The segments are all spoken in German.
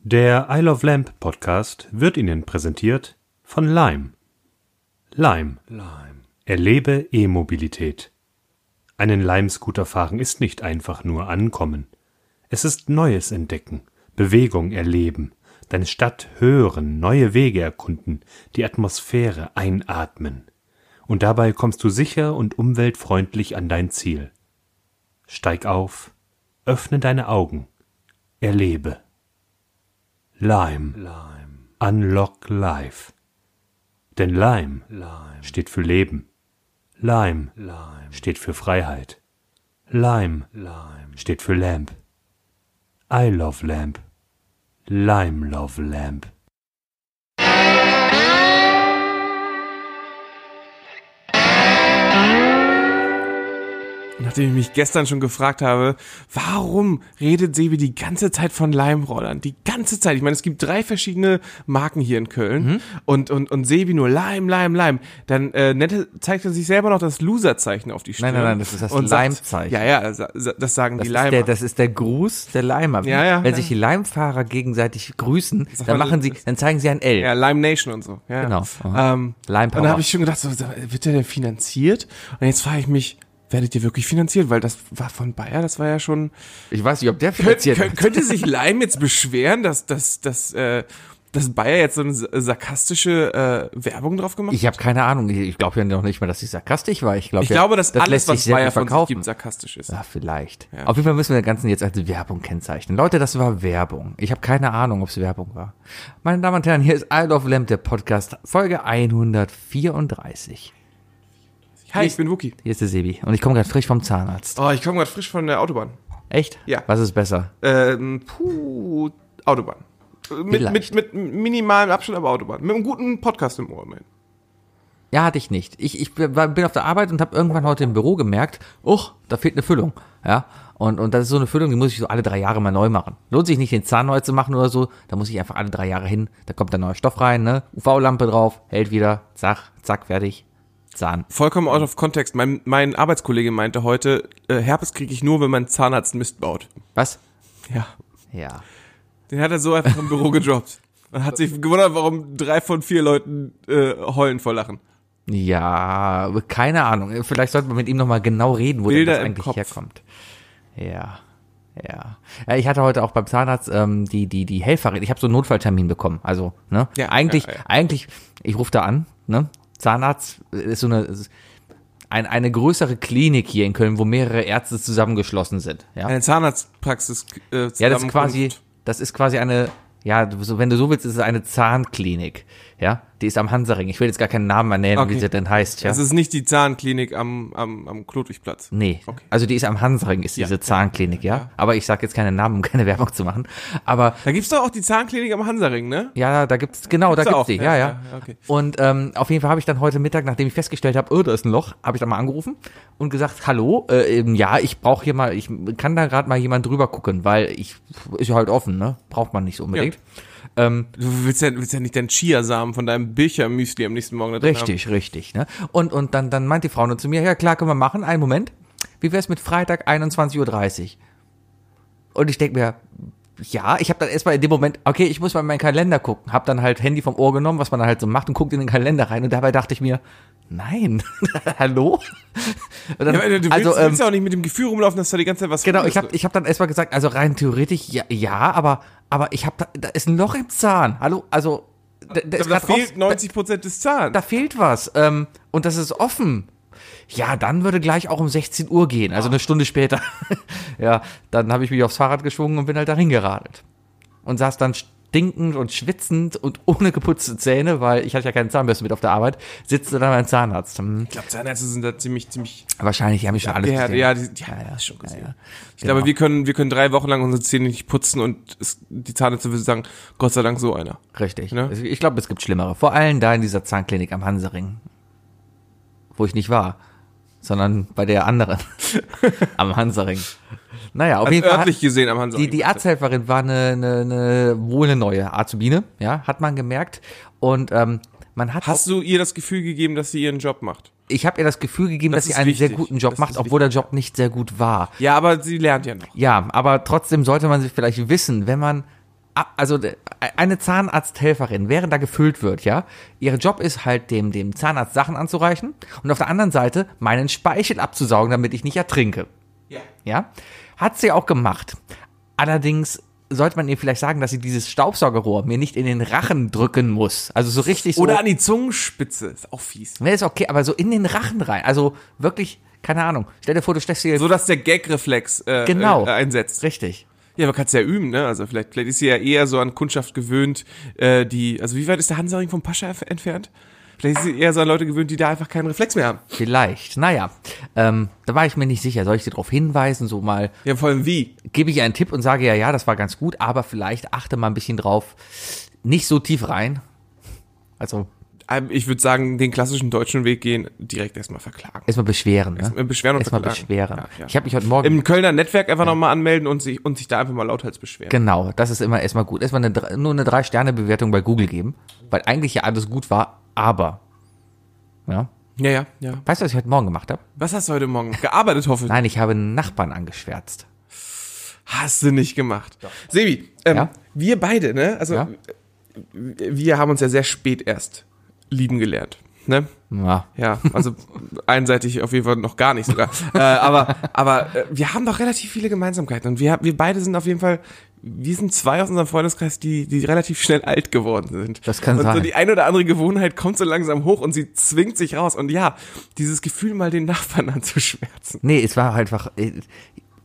Der Isle of Lamp Podcast wird Ihnen präsentiert von Lime. Lime. Lime. Erlebe E-Mobilität. Einen Lime-Scooter fahren ist nicht einfach nur ankommen. Es ist Neues entdecken, Bewegung erleben, deine Stadt hören, neue Wege erkunden, die Atmosphäre einatmen. Und dabei kommst du sicher und umweltfreundlich an dein Ziel. Steig auf, öffne deine Augen, erlebe. Lime, Lime. unlock life. Denn Lime Lime. steht für Leben. Lime Lime. steht für Freiheit. Lime Lime. steht für Lamp. I love Lamp. Lime love Lamp. Nachdem ich mich gestern schon gefragt habe, warum redet Sebi die ganze Zeit von Leimrollern? Die ganze Zeit. Ich meine, es gibt drei verschiedene Marken hier in Köln Mhm. und, und, und Sebi nur Leim, Leim, Leim. Dann äh, nette, zeigt er sich selber noch das Loser-Zeichen auf die Stirn. nein, nein, das ist das und sagt- Leimzeichen. Ja, ja, sa- sa- das sagen Das die ist, der, Leimer. das ist der Gruß der Leimer. Ja, ja, Wenn ja. sich die Leimfahrer gegenseitig grüßen, Sag dann mal, machen sie, das- dann zeigen sie ein L. Ja, Lime Nation und so. Ja. Genau. Ähm, Lime Und Power. da habe ich schon gedacht, so, sag mal, wird der denn finanziert? Und jetzt frage ich mich, werdet ihr wirklich finanziert? Weil das war von Bayer, das war ja schon... Ich weiß nicht, ob der Könnt, finanziert könnt, wird. könnte sich Leim jetzt beschweren, dass, dass, dass, äh, dass Bayer jetzt so eine sa- sarkastische äh, Werbung drauf gemacht hat? Ich habe keine Ahnung. Ich, ich glaube ja noch nicht mal, dass ich sarkastisch war. Ich, glaub, Ich ja, glaube, dass alles, lässt sich was sehr Bayer gut von sich verkaufen. gibt, sarkastisch ist. ja, vielleicht. Auf jeden Fall müssen wir das Ganze jetzt als Werbung kennzeichnen. Leute, das war Werbung. Ich habe keine Ahnung, ob es Werbung war. Meine Damen und Herren, hier ist Isle of Lamp, der Podcast, Folge 134. Hi, ich bin Wookie. Hier ist der Sebi und ich komme gerade frisch vom Zahnarzt. Oh, ich komme gerade frisch von der Autobahn. Echt? Ja. Was ist besser? Ähm, puh, Autobahn. Äh, Mit, Vielleicht. mit, mit minimalem Abstand, aber Autobahn. Mit einem guten Podcast im Ohr, immerhin. Ja, hatte ich nicht. Ich, ich war- bin auf der Arbeit und habe irgendwann heute im Büro gemerkt, uch, da fehlt eine Füllung. Ja. Und, und das ist so eine Füllung, die muss ich so alle drei Jahre mal neu machen. Lohnt sich nicht, den Zahn neu zu machen oder so. Da muss ich einfach alle drei Jahre hin. Da kommt der neue Stoff rein, ne? UV-Lampe drauf, hält wieder, zack, zack, fertig. Zahn. Vollkommen out of context. Mein, mein Arbeitskollege meinte heute, äh, Herpes kriege ich nur, wenn mein Zahnarzt Mist baut. Was? Ja. Ja. Den hat er so einfach im Büro gedroppt. Und hat sich gewundert, warum drei von vier Leuten äh, heulen vor Lachen. Ja, keine Ahnung. Vielleicht sollte man mit ihm nochmal genau reden, wo Bilder denn das im eigentlich Kopf. herkommt. Ja. Ja. ja. Ich hatte heute auch beim Zahnarzt ähm, die, die, die Helferin. Ich habe so einen Notfalltermin bekommen. Also, ne? Ja, eigentlich, ja, ja. eigentlich, ich rufe da an, ne? Zahnarzt ist so eine. Ist ein, eine größere Klinik hier in Köln, wo mehrere Ärzte zusammengeschlossen sind. Ja, Eine Zahnarztpraxis. Äh, ja, das ist quasi, das ist quasi eine, ja, so, wenn du so willst, ist es eine Zahnklinik. Ja, die ist am Hansaring. Ich will jetzt gar keinen Namen mehr nennen, wie Okay. sie denn heißt. Ja? Das ist nicht die Zahnklinik am, am, am Klotwigplatz. Nee. Okay. Also die ist am Hansaring, ist diese Zahnklinik, ja? Aber ich sage jetzt keine Namen, um keine Werbung zu machen. Aber Da gibt's doch auch die Zahnklinik am Hansaring, ne? ja, da gibt's genau, da Gibt's gibt's auch, die, ja, ja, ja. ja, okay. Und ähm, auf jeden Fall habe ich dann heute Mittag, nachdem ich festgestellt habe, oh, da ist ein Loch, habe ich dann mal angerufen und gesagt, hallo, äh, eben, ja, ich brauche hier mal, ich kann da gerade mal jemand drüber gucken, weil ich ist ja halt offen, ne? Braucht man nicht so unbedingt. Ähm, Du willst ja, willst ja nicht deinen Chiasamen von deinem Büchermüsli am nächsten Morgen da drin Richtig, richtig. Ne? Und, und dann, dann meint die Frau nur zu mir, ja klar, können wir machen, einen Moment. Wie wär's mit Freitag 21.30 Uhr? Und ich denk mir, ja, ich habe dann erstmal in dem Moment, okay, ich muss mal in meinen Kalender gucken. Hab dann halt Handy vom Ohr genommen, was man dann halt so macht und guckt in den Kalender rein. Und dabei dachte ich mir, nein, hallo? Und Haben. dann, Ja, aber du willst, also, ähm, willst ja auch nicht mit dem Gefühl rumlaufen, dass da die ganze Zeit was genau, Cooles ich habe ist. ich hab dann erstmal gesagt, also rein theoretisch, ja, ja aber, aber ich habe da, da ist ein Loch im Zahn. Hallo, also, da, da, ist Da grad raus- fehlt 90 Prozent des Zahns. da fehlt was. Ähm, und das ist offen. Ja, dann würde gleich auch um 16 Uhr gehen, also eine Stunde später. ja, dann habe ich mich aufs Fahrrad geschwungen und bin halt dahin geradelt. Und saß dann stinkend und schwitzend und ohne geputzte Zähne, weil ich hatte ja keinen Zahnbürste mit auf der Arbeit, sitzte dann beim Zahnarzt. Hm, ich glaube, Zahnärzte sind da ziemlich, ziemlich. wahrscheinlich, die haben mich schon alles ja, gesehen. ja, die, die haben das schon gesehen. Ich glaube, wir können, wir können drei Wochen lang unsere Zähne nicht putzen und es, die Zahnärzte würden sagen, Gott sei Dank so einer. Richtig. Ne? Ich glaube, es gibt Schlimmere. Vor allem da in dieser Zahnklinik am Hansaring. Wo ich nicht war, sondern bei der anderen. am Hansaring. Naja, auf jeden Fall. Örtlich gesehen am Hansa. Die, die Arzthelferin war eine, eine, eine wohl eine neue Azubine, ja, hat man gemerkt. Und ähm, man hat, Hast du ihr das Gefühl gegeben, dass sie ihren Job macht? ich habe ihr das Gefühl gegeben, Das dass sie ist einen sehr wichtig. guten Job Das macht, ist obwohl der Job nicht sehr gut war. Ja, aber sie lernt ja noch. Ja, aber trotzdem sollte man sich vielleicht wissen, wenn man ah, also d- eine Zahnarzthelferin, während da gefüllt wird, ja, ihr Job ist halt, dem, dem Zahnarzt Sachen anzureichen und auf der anderen Seite meinen Speichel abzusaugen, damit ich nicht ertrinke. Ja. Hat sie auch gemacht. Allerdings sollte man ihr vielleicht sagen, dass sie dieses Staubsaugerrohr mir nicht in den Rachen drücken muss. Also so richtig so. Oder an die Zungenspitze. Ist auch fies. Nee, ist okay, aber so in den Rachen rein. Also wirklich, keine Ahnung. Stell dir vor, du steckst dir. So dass der Gag-Reflex äh, Genau. äh, einsetzt. richtig. Ja, man kann es ja üben, ne? Also vielleicht, vielleicht ist sie ja eher so an Kundschaft gewöhnt, äh, die. Also wie weit ist der Hansaring vom Pascha entf- entfernt? Vielleicht ist sie eher so an Leute gewöhnt, die da einfach keinen Reflex mehr haben. Vielleicht. Naja, ähm, da war ich mir nicht sicher. Soll ich dir darauf hinweisen? So mal, Ja, vor allem wie? gebe ich ihr einen Tipp und sage ja, ja, das war ganz gut, aber vielleicht achte mal ein bisschen drauf. Nicht so tief rein. Also Ähm, Ich würde sagen, den klassischen deutschen Weg gehen, direkt erstmal verklagen. erstmal beschweren. Ne? Erstmal beschweren und Erstmal verklagen. beschweren. Ja, ja. Ich habe mich heute Morgen. Im Kölner Netzwerk einfach nochmal anmelden und sich, und sich da einfach mal lauthals beschweren. Genau, das ist immer erstmal gut. Erstmal eine, drei- nur eine Drei-Sterne-Bewertung bei Google geben, weil eigentlich ja alles gut war, aber. Ja. Ja, ja, ja. Weißt du, was ich heute Morgen gemacht habe? Was hast du heute Morgen gearbeitet, hoffe ich? Nein, ich habe einen Nachbarn angeschwärzt. Hast du nicht gemacht. Sebi, ähm, Ja? wir beide, ne? Also Ja? wir haben uns ja sehr spät erst lieben gelernt. Ne? Ja. Ja, also einseitig auf jeden Fall noch gar nicht sogar. äh, aber aber äh, wir haben doch relativ viele Gemeinsamkeiten und wir, wir beide sind auf jeden Fall, wir sind zwei aus unserem Freundeskreis, die, die relativ schnell alt geworden sind. Das kann und so sein. die ein oder andere Gewohnheit kommt so langsam hoch und sie zwingt sich raus. Und ja, dieses Gefühl mal den Nachbarn anzuschwärzen. Nee, es war halt einfach. äh,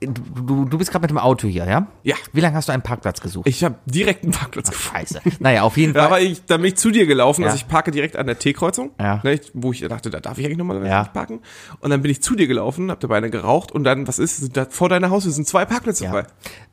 Du, du bist gerade mit dem Auto hier, ja? Ja. Wie lange hast du einen Parkplatz gesucht? Ich habe direkt einen Parkplatz gefunden. Scheiße. Naja, auf jeden Da Fall. war ich, da bin ich zu dir gelaufen, Ja. also ich parke direkt an der T-Kreuzung, Ja. ne, ich- wo ich dachte, da darf ich eigentlich normalerweise Ja. nicht parken. Und dann bin ich zu dir gelaufen, hab dabei eine geraucht und dann, was ist, sind da vor deiner Haustür sind zwei Parkplätze frei.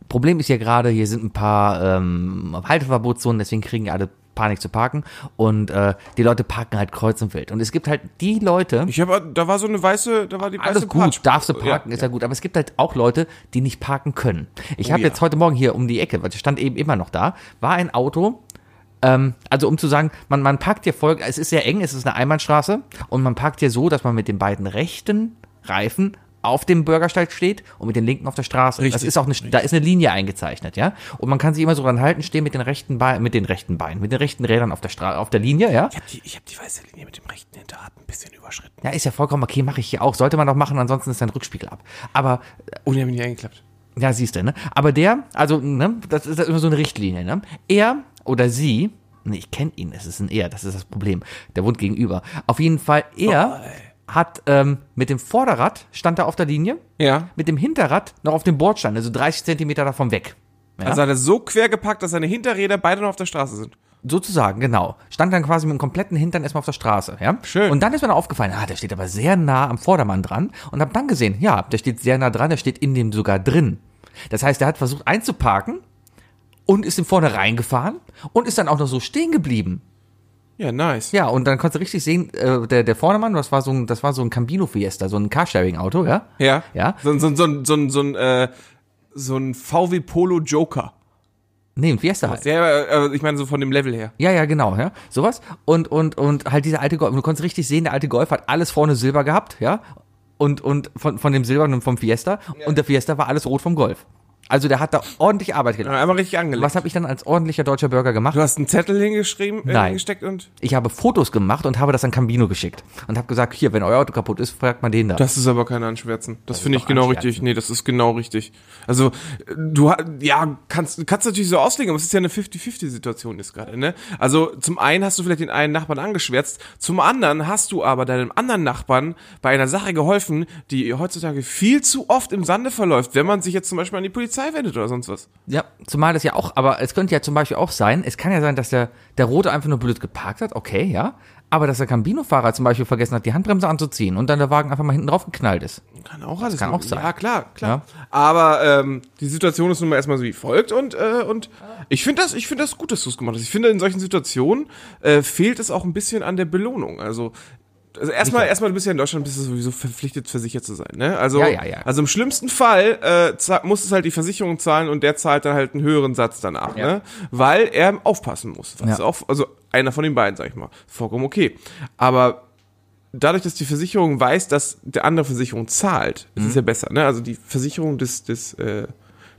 Problem ist ja gerade, hier sind ein paar ähm, Halteverbotszonen, deswegen kriegen alle Panik zu parken. Und äh, die Leute parken halt kreuz und wild. Und es gibt halt die Leute. Ich habe, da war so eine weiße, da war die weiße Alles gut, Parkspur- darfst du parken, Ja. ist ja Oh gut. Aber es gibt halt auch Leute, die nicht parken können. Ich habe ja. jetzt heute Morgen hier um die Ecke, weil es stand eben immer noch da, war ein Auto. Ähm, also um zu sagen, man, man parkt hier folgt, es ist sehr eng, es ist eine Einbahnstraße und man parkt hier so, dass man mit den beiden rechten Reifen auf dem Bürgersteig steht und mit den linken auf der Straße. Das Richtig. ist auch eine, da ist eine Linie eingezeichnet, ja. Und man kann sich immer so dran halten, stehen mit den rechten Beinen, mit den rechten Beinen, mit den rechten Rädern auf der Straße, auf der Linie, ja. Ich habe die, ich hab die weiße Linie mit dem rechten Hinterrad ein bisschen überschritten. Ja, ist ja vollkommen okay, mache ich hier auch. Sollte man auch machen, ansonsten ist dein Rückspiegel ab. Aber Und die haben nicht eingeklappt. Ja, siehst du, ne? Aber der, also, ne, das ist immer so eine Richtlinie, ne? Er oder sie, ne, ich kenne ihn, es ist ein Er, das ist das Problem. Der wohnt gegenüber. Auf jeden Fall, er hat ähm, mit dem Vorderrad stand er auf der Linie, Ja. mit dem Hinterrad noch auf dem Bordstein, also 30 Zentimeter davon weg. Ja? Also hat er so quer gepackt, dass seine Hinterräder beide noch auf der Straße sind. Sozusagen, genau. Stand dann quasi mit dem kompletten Hintern erstmal auf der Straße, ja? Schön. Und dann ist mir noch aufgefallen, ah, der steht aber sehr nah am Vordermann dran und hab dann gesehen, ja, der steht sehr nah dran, der steht in dem sogar drin. Das heißt, der hat versucht einzuparken und ist ihm vorne reingefahren und ist dann auch noch so stehen geblieben. Ja, nice. Ja, und dann konntest du richtig sehen, äh, der, der Vordermann, das war so ein, das war so ein Cambino Fiesta, so ein Carsharing-Auto, ja? Ja. Ja. So, ein- so, ein- so, ein- so, ein- so ein, äh, so ein VW Polo Joker. Nee, ein Fiesta halt. Ja, äh, ich meine so von dem Level her. Ja, ja, genau, ja. Sowas. Und, und, und halt dieser alte Golf. Du konntest richtig sehen, der alte Golf hat alles vorne Silber gehabt, ja. Und, und von, von dem Silbernen und vom Fiesta. Und der Fiesta war alles rot vom Golf. Also der hat da ordentlich Arbeit Und geleistet. einmal richtig angelegt. Was habe ich dann als ordentlicher deutscher Bürger gemacht? Du hast einen Zettel hingeschrieben, äh, Nein. hingesteckt und. Ich habe Fotos gemacht und habe das an Cambino geschickt. Und habe gesagt, hier, wenn euer Auto kaputt ist, fragt man den da. Das ist aber kein Anschwärzen. Das, finde ich doch genau Anschwärzen. richtig. Nee, das ist genau richtig. Also, äh, du ha- ja, kannst, kannst natürlich so auslegen, aber es ist ja eine 50-50-Situation jetzt gerade, ne? Also, zum einen hast du vielleicht den einen Nachbarn angeschwärzt, zum anderen hast du aber deinem anderen Nachbarn bei einer Sache geholfen, die heutzutage viel zu oft im Sande verläuft, wenn man sich jetzt zum Beispiel an die Polizei wendet oder sonst was. Ja, zumal es ja auch, aber es könnte ja zum Beispiel auch sein, es kann ja sein, dass der, der Rote einfach nur blöd geparkt hat, okay, ja. Aber dass der Cambino-Fahrer zum Beispiel vergessen hat, die Handbremse anzuziehen und dann der Wagen einfach mal hinten drauf geknallt ist. Kann auch alles kann möglich- auch sein. Ja, klar, klar. Aber ähm, die Situation ist nun mal erstmal so wie folgt und, äh, und ich finde das, ich finde das gut, dass du es gemacht hast. Ich finde, in solchen Situationen äh, fehlt es auch ein bisschen an der Belohnung. Also, also erstmal, erstmal bist du ja in Deutschland bist du sowieso verpflichtet, versichert zu sein. Ne? Also, Ja, ja, ja. also im schlimmsten Fall äh, zahl- muss es halt die Versicherung zahlen und der zahlt dann halt einen höheren Satz danach, ne? Weil er aufpassen muss. Was Ja. auch, also einer von den beiden, sag ich mal. Vollkommen okay. Aber dadurch, dass die Versicherung Mhm. weiß, dass der andere Versicherung zahlt, ist es ja besser. Ne? Also die Versicherung des, des, äh,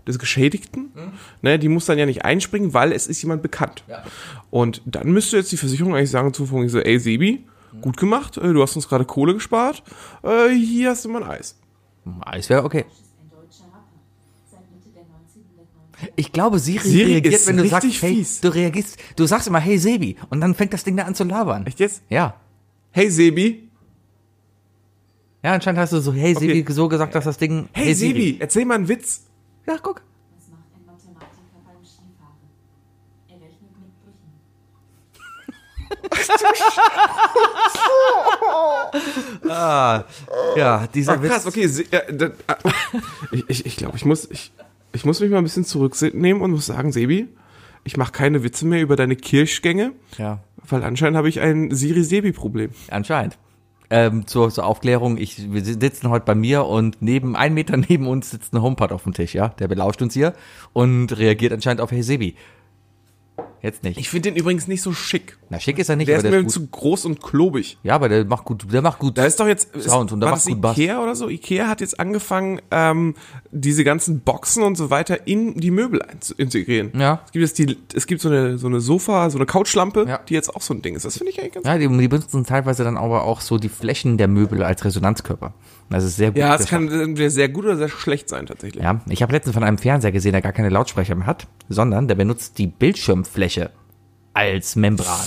des Geschädigten. Mhm. Ne, die muss dann ja nicht einspringen, weil es ist jemand bekannt. Und dann müsste jetzt die Versicherung eigentlich sagen zu Funke so, ey Sebi, gut gemacht, äh, du hast uns gerade Kohle gespart, äh, hier hast du mal ein Eis. Alles wäre okay. ist ein deutscher Rapper. Seit Mitte der 1990er Ich glaube, Siri, Siri reagiert, ist wenn du richtig sagst, hey, fies. du reagierst, du sagst immer, hey Sebi, und dann fängt das Ding da an zu labern. Echt jetzt? Ja. Hey Sebi, Ja, anscheinend hast du so, hey Okay. Sebi, so gesagt, dass das Ding. hey, Sebi, erzähl mal einen Witz. Ja, guck. Was macht ein Mathematiker beim Skifahren? Er rechnet mit Brüchen. Ah, Ja, dieser Ah, krass, Witz. okay. Se- äh, da- ah, ich ich, ich glaube, ich muss, ich, ich muss mich mal ein bisschen zurücknehmen und muss sagen, Sebi, ich mache keine Witze mehr über deine Kirschgänge, Ja, weil anscheinend habe ich ein Siri-Sebi-Problem. anscheinend. Ähm, zur, zur Aufklärung, ich, wir sitzen heute bei mir und neben, einen Meter neben uns sitzt ein HomePod auf dem Tisch, ja? Der belauscht uns hier und reagiert anscheinend auf Hey Sebi. Jetzt nicht. Ich finde den übrigens nicht so schick. Na, schick ist er nicht, Der aber ist der mir ist gut. zu groß und klobig. Ja, aber der macht gut, der macht gut. Da ist doch jetzt Sound und da war macht's das gut Bass. Ikea oder so. Ikea hat jetzt angefangen, ähm, diese ganzen Boxen und so weiter in die Möbel ein- zu integrieren. Ja. Es gibt jetzt die, es gibt so eine so eine Sofa, so eine Couchlampe, Ja. die jetzt auch so ein Ding ist. Das finde ich eigentlich ganz. Ja, die, die benutzen teilweise dann aber auch so die Flächen der Möbel als Resonanzkörper. Das ist sehr gut. Ja, es das kann entweder sehr gut oder sehr schlecht sein tatsächlich. Ja, ich habe letztens von einem Fernseher gesehen, der gar keine Lautsprecher mehr hat, sondern der benutzt die Bildschirmfläche als Membran.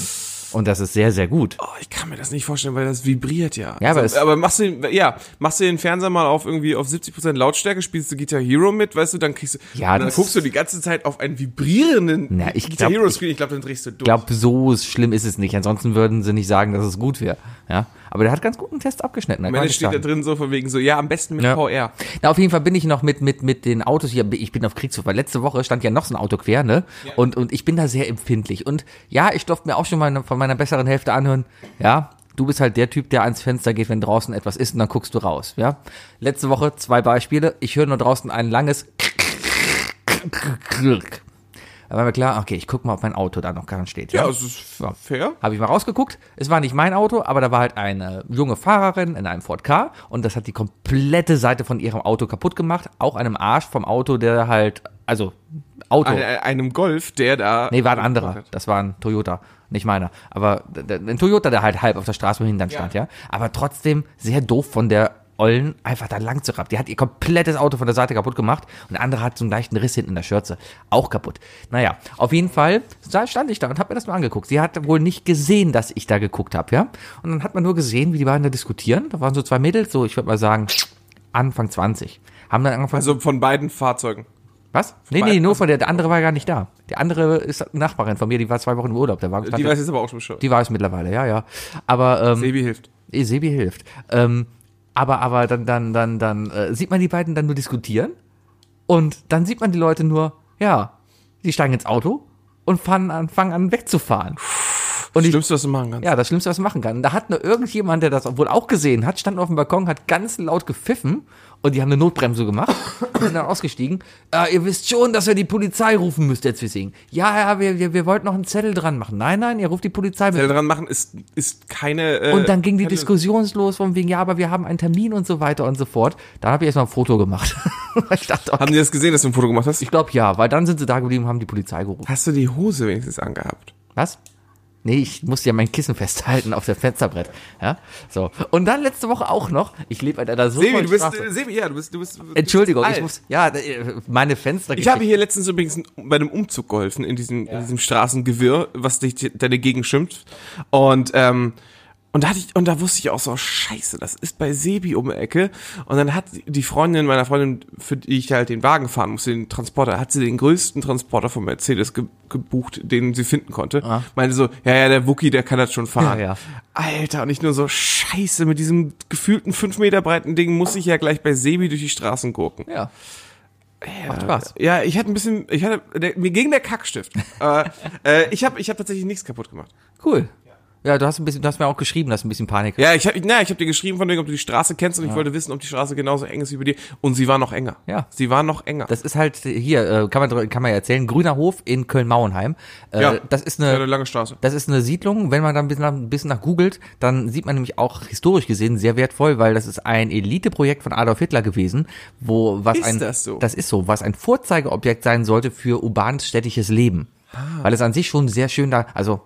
Und das ist sehr, sehr gut. Oh, ich kann mir das nicht vorstellen, weil das vibriert ja. Ja, aber es- also, aber machst du den, ja, machst du den Fernseher mal auf irgendwie auf 70% Lautstärke, spielst du Guitar Hero mit, weißt du, dann kriegst du Ja, dann das- guckst du die ganze Zeit auf einen vibrierenden Na, ich Guitar glaub, Hero ich- Screen, ich glaube, dann drehst du durch. Ich glaube, so ist- schlimm ist es nicht. Ansonsten würden sie nicht sagen, dass es gut wäre. Ja, aber der hat ganz guten Test abgeschnitten. da kann Am man Ende nicht steht da sagen. drin so von wegen so, ja, am besten mit Ja. VR. Na, auf jeden Fall bin ich noch mit, mit, mit den Autos hier. Ich bin auf Kriegshof, weil letzte Woche stand ja noch so ein Auto quer, ne? Und, und ich bin da sehr empfindlich. Und ja, ich durfte mir auch schon mal von meiner besseren Hälfte anhören, ja, du bist halt der Typ, der ans Fenster geht, wenn draußen etwas ist und dann guckst du raus, ja? Letzte Woche zwei Beispiele. Ich höre nur draußen ein langes Da war mir klar, okay, ich guck mal, ob mein Auto da noch gar steht. Ja, also, es ist Ja. fair. Habe ich mal rausgeguckt. Es war nicht mein Auto, aber da war halt eine junge Fahrerin in einem Ford K und das hat die komplette Seite von ihrem Auto kaputt gemacht. Auch einem Arsch vom Auto, der halt, also Auto. An an einem Golf, der da. Nee, war ein anderer. Das war ein Toyota, nicht meiner. Aber d- d- ein Toyota, der halt halb auf der Straße mit Hintern stand, ja. Aber trotzdem sehr doof von der Ollen einfach da lang zu rappen. Die hat ihr komplettes Auto von der Seite kaputt gemacht und der andere hat so einen leichten Riss hinten in der Schürze. Auch kaputt. Naja, auf jeden Fall da stand ich da und habe mir das mal angeguckt. Sie hat wohl nicht gesehen, dass ich da geguckt habe, ja. Und dann hat man nur gesehen, wie die beiden da diskutieren. Da waren so zwei Mädels, so ich würde mal sagen, Anfang 20. Haben dann angefangen Also von beiden Fahrzeugen. was? Nee, Bei- nee, nur von der, der andere war gar nicht da. Der andere ist eine Nachbarin von mir, die war zwei Wochen im Urlaub. Der war Die weiß jetzt aber auch schon Bescheid. die war es mittlerweile, ja, ja. Aber ähm, Baby hilft. eh, Sebi hilft. Ähm, aber, aber dann, dann, dann, dann äh, sieht man die beiden dann nur diskutieren und dann sieht man die Leute nur, ja, die steigen ins Auto und fangen an, fangen an wegzufahren. Das ich- Schlimmste, was du machen kannst. Ja, das Schlimmste, was man machen kann. Und da hat nur irgendjemand, der das wohl auch gesehen hat, stand auf dem Balkon, hat ganz laut gepfiffen und die haben eine Notbremse gemacht und sind dann ausgestiegen. Äh, ihr wisst schon, dass ihr die Polizei rufen müsst, jetzt Wissing. Ja, ja, wir, wir, wir wollten noch einen Zettel dran machen. Nein, nein, ihr ruft die Polizei. Zelle dran machen ist, ist keine. Äh, und dann ging die keine- Diskussion los von wegen, ja, aber wir haben einen Termin und so weiter und so fort. Dann habe ich erstmal ein Foto gemacht. ich dachte, okay, Haben die das gesehen, dass du ein Foto gemacht hast? ich glaube ja, weil dann sind sie da geblieben und haben die Polizei gerufen. Hast du die Hose wenigstens angehabt? Was? Nee, ich musste ja mein Kissen festhalten auf dem Fensterbrett. Ja, so. Und dann letzte Woche auch noch. Ich lebe in einer so Sebi, vollen du bist. Straße. Äh, Sebi, ja, du bist. Du bist du bist Entschuldigung, alt. ich muss, ja, äh, meine Fenster. Ich habe hier letztens übrigens bei einem Umzug geholfen in diesem, in diesem Straßengewirr, was dich deine Gegend schimpft. Und ähm, und da hatte ich, und da wusste ich auch so, scheiße, das ist bei Sebi um die Ecke. Und dann hat die Freundin meiner Freundin, für die ich halt den Wagen fahren musste, den Transporter, hat sie den größten Transporter von Mercedes ge gebucht, den sie finden konnte. Meinte so, ja, ja, der Wookie, der kann das schon fahren. Ah. Ja, ja. Alter, und ich nur so, scheiße, mit diesem gefühlten fünf Meter breiten Ding muss ich ja gleich bei Sebi durch die Straßen gucken. Ja. Macht Spaß. Ja, ich hatte ein bisschen, ich äh, hatte, der, mir ging der Kackstift. Aber äh, ich habe ich hab tatsächlich nichts kaputt gemacht. Cool. Ja, du hast ein bisschen, du hast mir auch geschrieben, dass du ein bisschen Panik Ja, ich habe na, ich hab dir geschrieben von wegen, ob du die Straße kennst und ich wollte wissen, ob die Straße genauso eng ist wie bei dir. Und sie war noch enger. Ja. Sie war noch enger. Das ist halt hier, äh, kann man dr- kann man ja erzählen, Grüner Hof in Köln-Mauenheim. Äh, Ja. Das ist ja, eine eine lange Straße. das ist eine Siedlung, wenn man da ein bisschen, nach, ein bisschen nach googelt, dann sieht man nämlich auch historisch gesehen sehr wertvoll, weil das ist ein Eliteprojekt von Adolf Hitler gewesen, wo was Ist ein das so? das ist so, was ein Vorzeigeobjekt sein sollte für urbanes städtisches Leben. Ah. Weil es an sich schon sehr schön da, also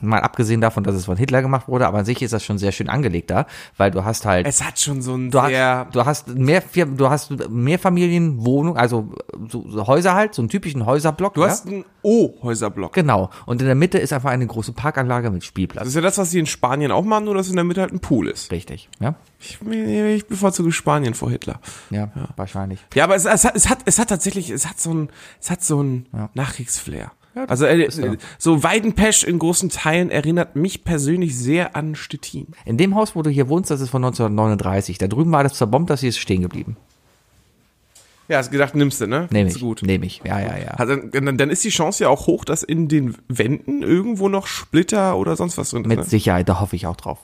mal abgesehen davon, dass es von Hitler gemacht wurde, aber an sich ist das schon sehr schön angelegt da, weil du hast halt Es hat schon so ein Du sehr. hast, du hast mehr, Fir- du hast mehr Familienwohnung, also so, so Häuser halt, so einen typischen Häuserblock. Du hast einen O-Häuserblock. genau. Und in der Mitte ist einfach eine große Parkanlage mit Spielplatz. Das ist ja das, was sie in Spanien auch machen, nur dass in der Mitte halt ein Pool ist. Richtig. Ja? Ich, ich bevorzuge Spanien vor Hitler. ja, wahrscheinlich. Ja, aber es, es, hat, es hat es hat tatsächlich es hat so ein es hat so ein Nachkriegsflair. also äh, äh, so Weidenpesch in großen Teilen erinnert mich persönlich sehr an Stettin. In dem Haus, wo du hier wohnst, das ist von 1939. Da drüben war das zerbombt, dass hier ist stehen geblieben. Ja, hast gedacht, nimmst du, ne? Nehme Ist ich. gut. Nehme ich. Ja, ja, ja. Also, dann, dann ist die Chance ja auch hoch, dass in den Wänden irgendwo noch Splitter oder sonst was drin ist. Mit Ne? Sicherheit, da hoffe ich auch drauf.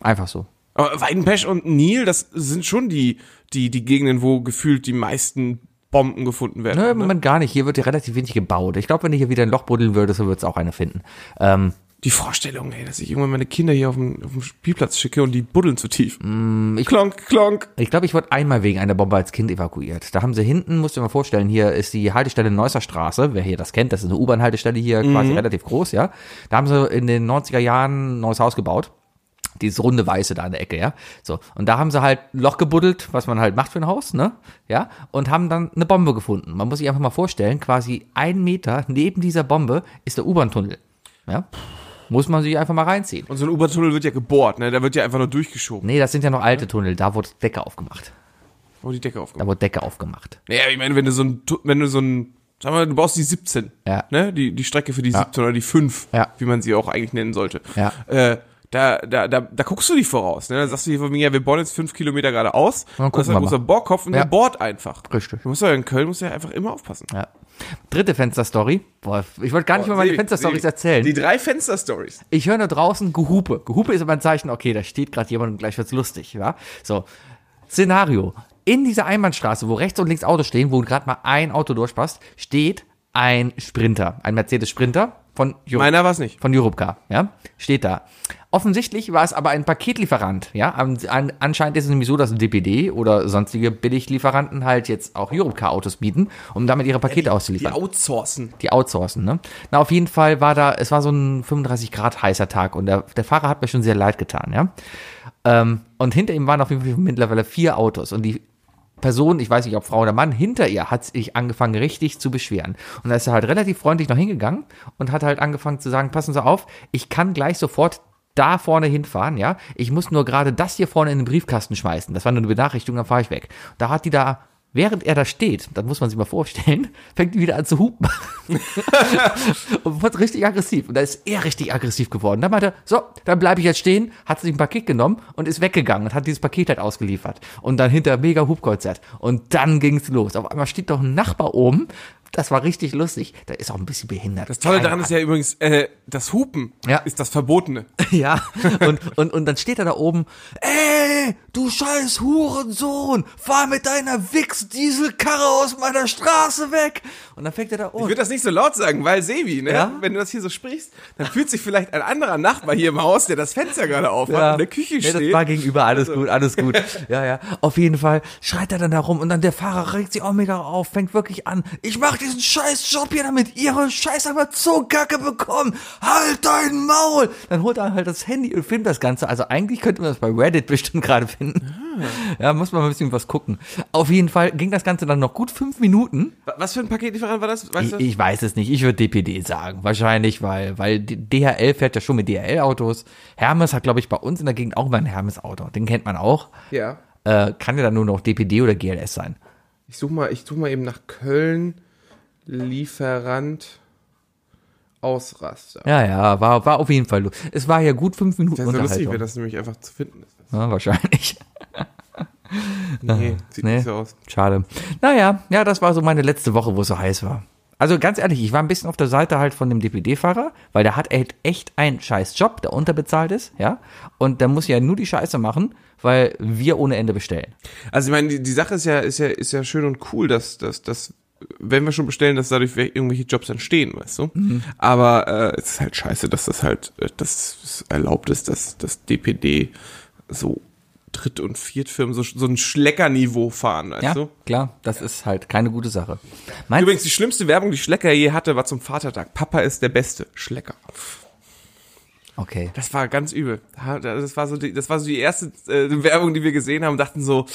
Einfach so. Aber Weidenpesch und Nil, das sind schon die die die Gegenden, wo gefühlt die meisten Bomben gefunden werden. Nö, im Ne, Moment gar nicht. Hier wird ja relativ wenig gebaut. Ich glaube, wenn du hier wieder ein Loch buddeln würdest, dann würdest du auch eine finden. Ähm, Die Vorstellung, ey, dass ich irgendwann meine Kinder hier auf dem, auf dem Spielplatz schicke und die buddeln zu tief. Mm, klonk, klonk. Ich glaube, ich wurde einmal wegen einer Bombe als Kind evakuiert. Da haben sie hinten, musst du dir mal vorstellen, hier ist die Haltestelle Neusser Straße, wer hier das kennt, das ist eine U-Bahn-Haltestelle hier, quasi relativ groß, ja. Da haben sie in den 90er Jahren ein neues Haus gebaut. Dieses runde Weiße da in der Ecke, ja. So. Und da haben sie halt ein Loch gebuddelt, was man halt macht für ein Haus, ne? Ja. Und haben dann eine Bombe gefunden. Man muss sich einfach mal vorstellen, quasi einen Meter neben dieser Bombe ist der U-Bahn-Tunnel. Ja. Muss man sich einfach mal reinziehen. Und so ein U-Bahn-Tunnel wird ja gebohrt, ne? Da wird ja einfach nur durchgeschoben. Nee, das sind ja noch alte Tunnel, da wurde Decke aufgemacht. Oh, die Decke Da aufgemacht. wurde Decke aufgemacht. Naja, ich meine, wenn du so ein, Tu- wenn du so ein, sag mal, du brauchst die 17. Ja. Ne? Die, die Strecke für die 17 oder die 5, Ja. wie man sie auch eigentlich nennen sollte. Ja. Äh, da, da, da, da guckst du nicht voraus. Ne? Da sagst du dir von mir, ja, wir bohren jetzt fünf Kilometer geradeaus. Dann das ist gucken ein wir mal. großer Bohrkopf und Ja. der bohrt einfach. Richtig. Du musst ja in Köln musst du ja einfach immer aufpassen. Ja. Dritte Fensterstory. Boah, ich wollte gar nicht mal meine Sebi, Fensterstories Sebi, erzählen. Die drei Fensterstories. ich höre nur draußen Gehupe. Gehupe ist immer ein Zeichen, okay, da steht gerade jemand und gleich wird's lustig, ja? So. Szenario. In dieser Einbahnstraße, wo rechts und links Autos stehen, wo gerade mal ein Auto durchpasst, steht ein Sprinter, ein Mercedes Sprinter von Jürgen Meiner war's nicht. von Europcar, ja, steht da. Offensichtlich war es aber ein Paketlieferant, ja. An, an, anscheinend ist es nämlich so, dass DPD oder sonstige Billiglieferanten halt jetzt auch Europcar-Autos bieten, um damit ihre Pakete Die auszuliefern. outsourcen. Die outsourcen, ne? Na, auf jeden Fall war da, es war so ein 35 Grad heißer Tag und der, der Fahrer hat mir schon sehr leid getan, ja. Ähm, und hinter ihm waren auf jeden Fall mittlerweile vier Autos und die Person, ich weiß nicht, ob Frau oder Mann, hinter ihr hat sich angefangen, richtig zu beschweren. Und da ist er halt relativ freundlich noch hingegangen und hat halt angefangen zu sagen, passen Sie auf, ich kann gleich sofort da vorne hinfahren, ja. Ich muss nur gerade das hier vorne in den Briefkasten schmeißen. Das war nur eine Benachrichtigung, dann fahre ich weg. Da hat die da, während er da steht, das muss man sich mal vorstellen, fängt die wieder an zu hupen und wurde richtig aggressiv. Und da ist er richtig aggressiv geworden. Dann meinte er, so, dann bleibe ich jetzt stehen, hat sich ein Paket genommen und ist weggegangen und hat dieses Paket halt ausgeliefert. Und dann hinter mega Hubkonzert. Und dann ging's los. Auf einmal steht doch ein Nachbar oben. Das war richtig lustig. Da ist auch ein bisschen behindert. Das Tolle Keine daran ist ja übrigens, äh, das Hupen Ja. ist das Verbotene. Ja, und, und, und dann steht er da oben, ey, du scheiß Hurensohn, fahr mit deiner Wichs-Dieselkarre aus meiner Straße weg. Und dann fängt er da oh, Ich an. würde das nicht so laut sagen, weil Sebi, ne? Ja? Wenn du das hier so sprichst, dann fühlt sich vielleicht ein anderer Nachbar hier im Haus, der das Fenster gerade aufhat und in der Küche Nee, steht. Also. Das war gegenüber, alles gut, alles gut. Ja, ja. Auf jeden Fall schreit er dann da rum und dann der Fahrer regt sich auch mega auf, fängt wirklich an. Ich mach diesen scheiß Job hier, damit ihre scheiß Amazon-Kacke bekommen. Halt dein Maul! Dann holt er halt das Handy und filmt das Ganze. Also eigentlich könnte man das bei Reddit bestimmt gerade finden. Ah. Ja, muss man mal ein bisschen was gucken. Auf jeden Fall ging das Ganze dann noch gut fünf Minuten. Wa- Was für ein Paketlieferant war das? Weißt du? Ich, ich weiß es nicht. Ich würde DPD sagen. Wahrscheinlich, weil, weil die DHL fährt ja schon mit DHL-Autos. Hermes hat, glaube ich, bei uns in der Gegend auch mal ein Hermes-Auto. Den kennt man auch. ja. Äh, kann ja dann nur noch DPD oder GLS sein. Ich suche mal, ich such mal eben nach Köln Lieferant Ausraster. Ja, ja, war, war auf jeden Fall. lu- Es war ja gut fünf Minuten Das ist so lustig, Unterhaltung. wenn das nämlich einfach zu finden ist. ja, wahrscheinlich. Nee, sieht nee. nicht so aus. Schade. Naja, ja, das war so meine letzte Woche, wo es so heiß war. Also ganz ehrlich, ich war ein bisschen auf der Seite halt von dem DPD-Fahrer, weil der hat halt echt einen scheiß Job, der unterbezahlt ist, ja. Und der muss ja nur die Scheiße machen, weil wir ohne Ende bestellen. Also ich meine, die, die Sache ist ja, ist ja, ist ja schön und cool, dass, dass, dass wenn wir schon bestellen, dass dadurch we- irgendwelche Jobs entstehen, weißt du? Aber äh, es ist halt scheiße, dass das halt, äh, dass es erlaubt ist, dass das DPD so Dritt- und Viertfirmen so, so ein Schleckerniveau fahren, weißt Ja, du? klar, das ist halt keine gute Sache. Meinst Übrigens, die schlimmste Werbung, die Schlecker je hatte, war zum Vatertag. Papa ist der Beste. Schlecker. Okay. Das war ganz übel. Da- da- Das war so die, das war so die erste äh, Werbung, die wir gesehen haben und dachten so,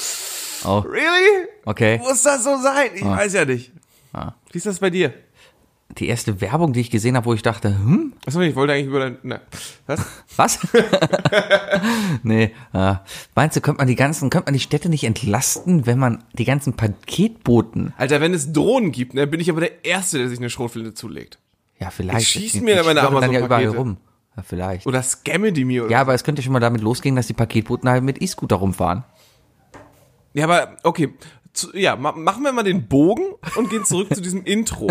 Oh, really? okay. Muss das so sein? Ich weiß ja nicht. Ah. Wie ist das bei dir? Die erste Werbung, die ich gesehen habe, wo ich dachte, hm, Achso, ich wollte eigentlich über dein. Na, was? was? nee. Äh, meinst du, könnte man die ganzen, könnte man die Städte nicht entlasten, wenn man die ganzen Paketboten? Alter, wenn es Drohnen gibt, ne, bin ich aber der Erste, der sich eine Schrotflinte zulegt. Ja, vielleicht. Die schießen Die- mir die meine schwirren dann ja überall Amazon-Pakete. rum. Ja, vielleicht. Oder scamme die mir. Oder Ja, aber es könnte schon mal damit losgehen, dass die Paketboten halt mit E-Scooter rumfahren. Ja, aber okay. Zu, ja, ma machen wir mal den Bogen und gehen zurück zu diesem Intro.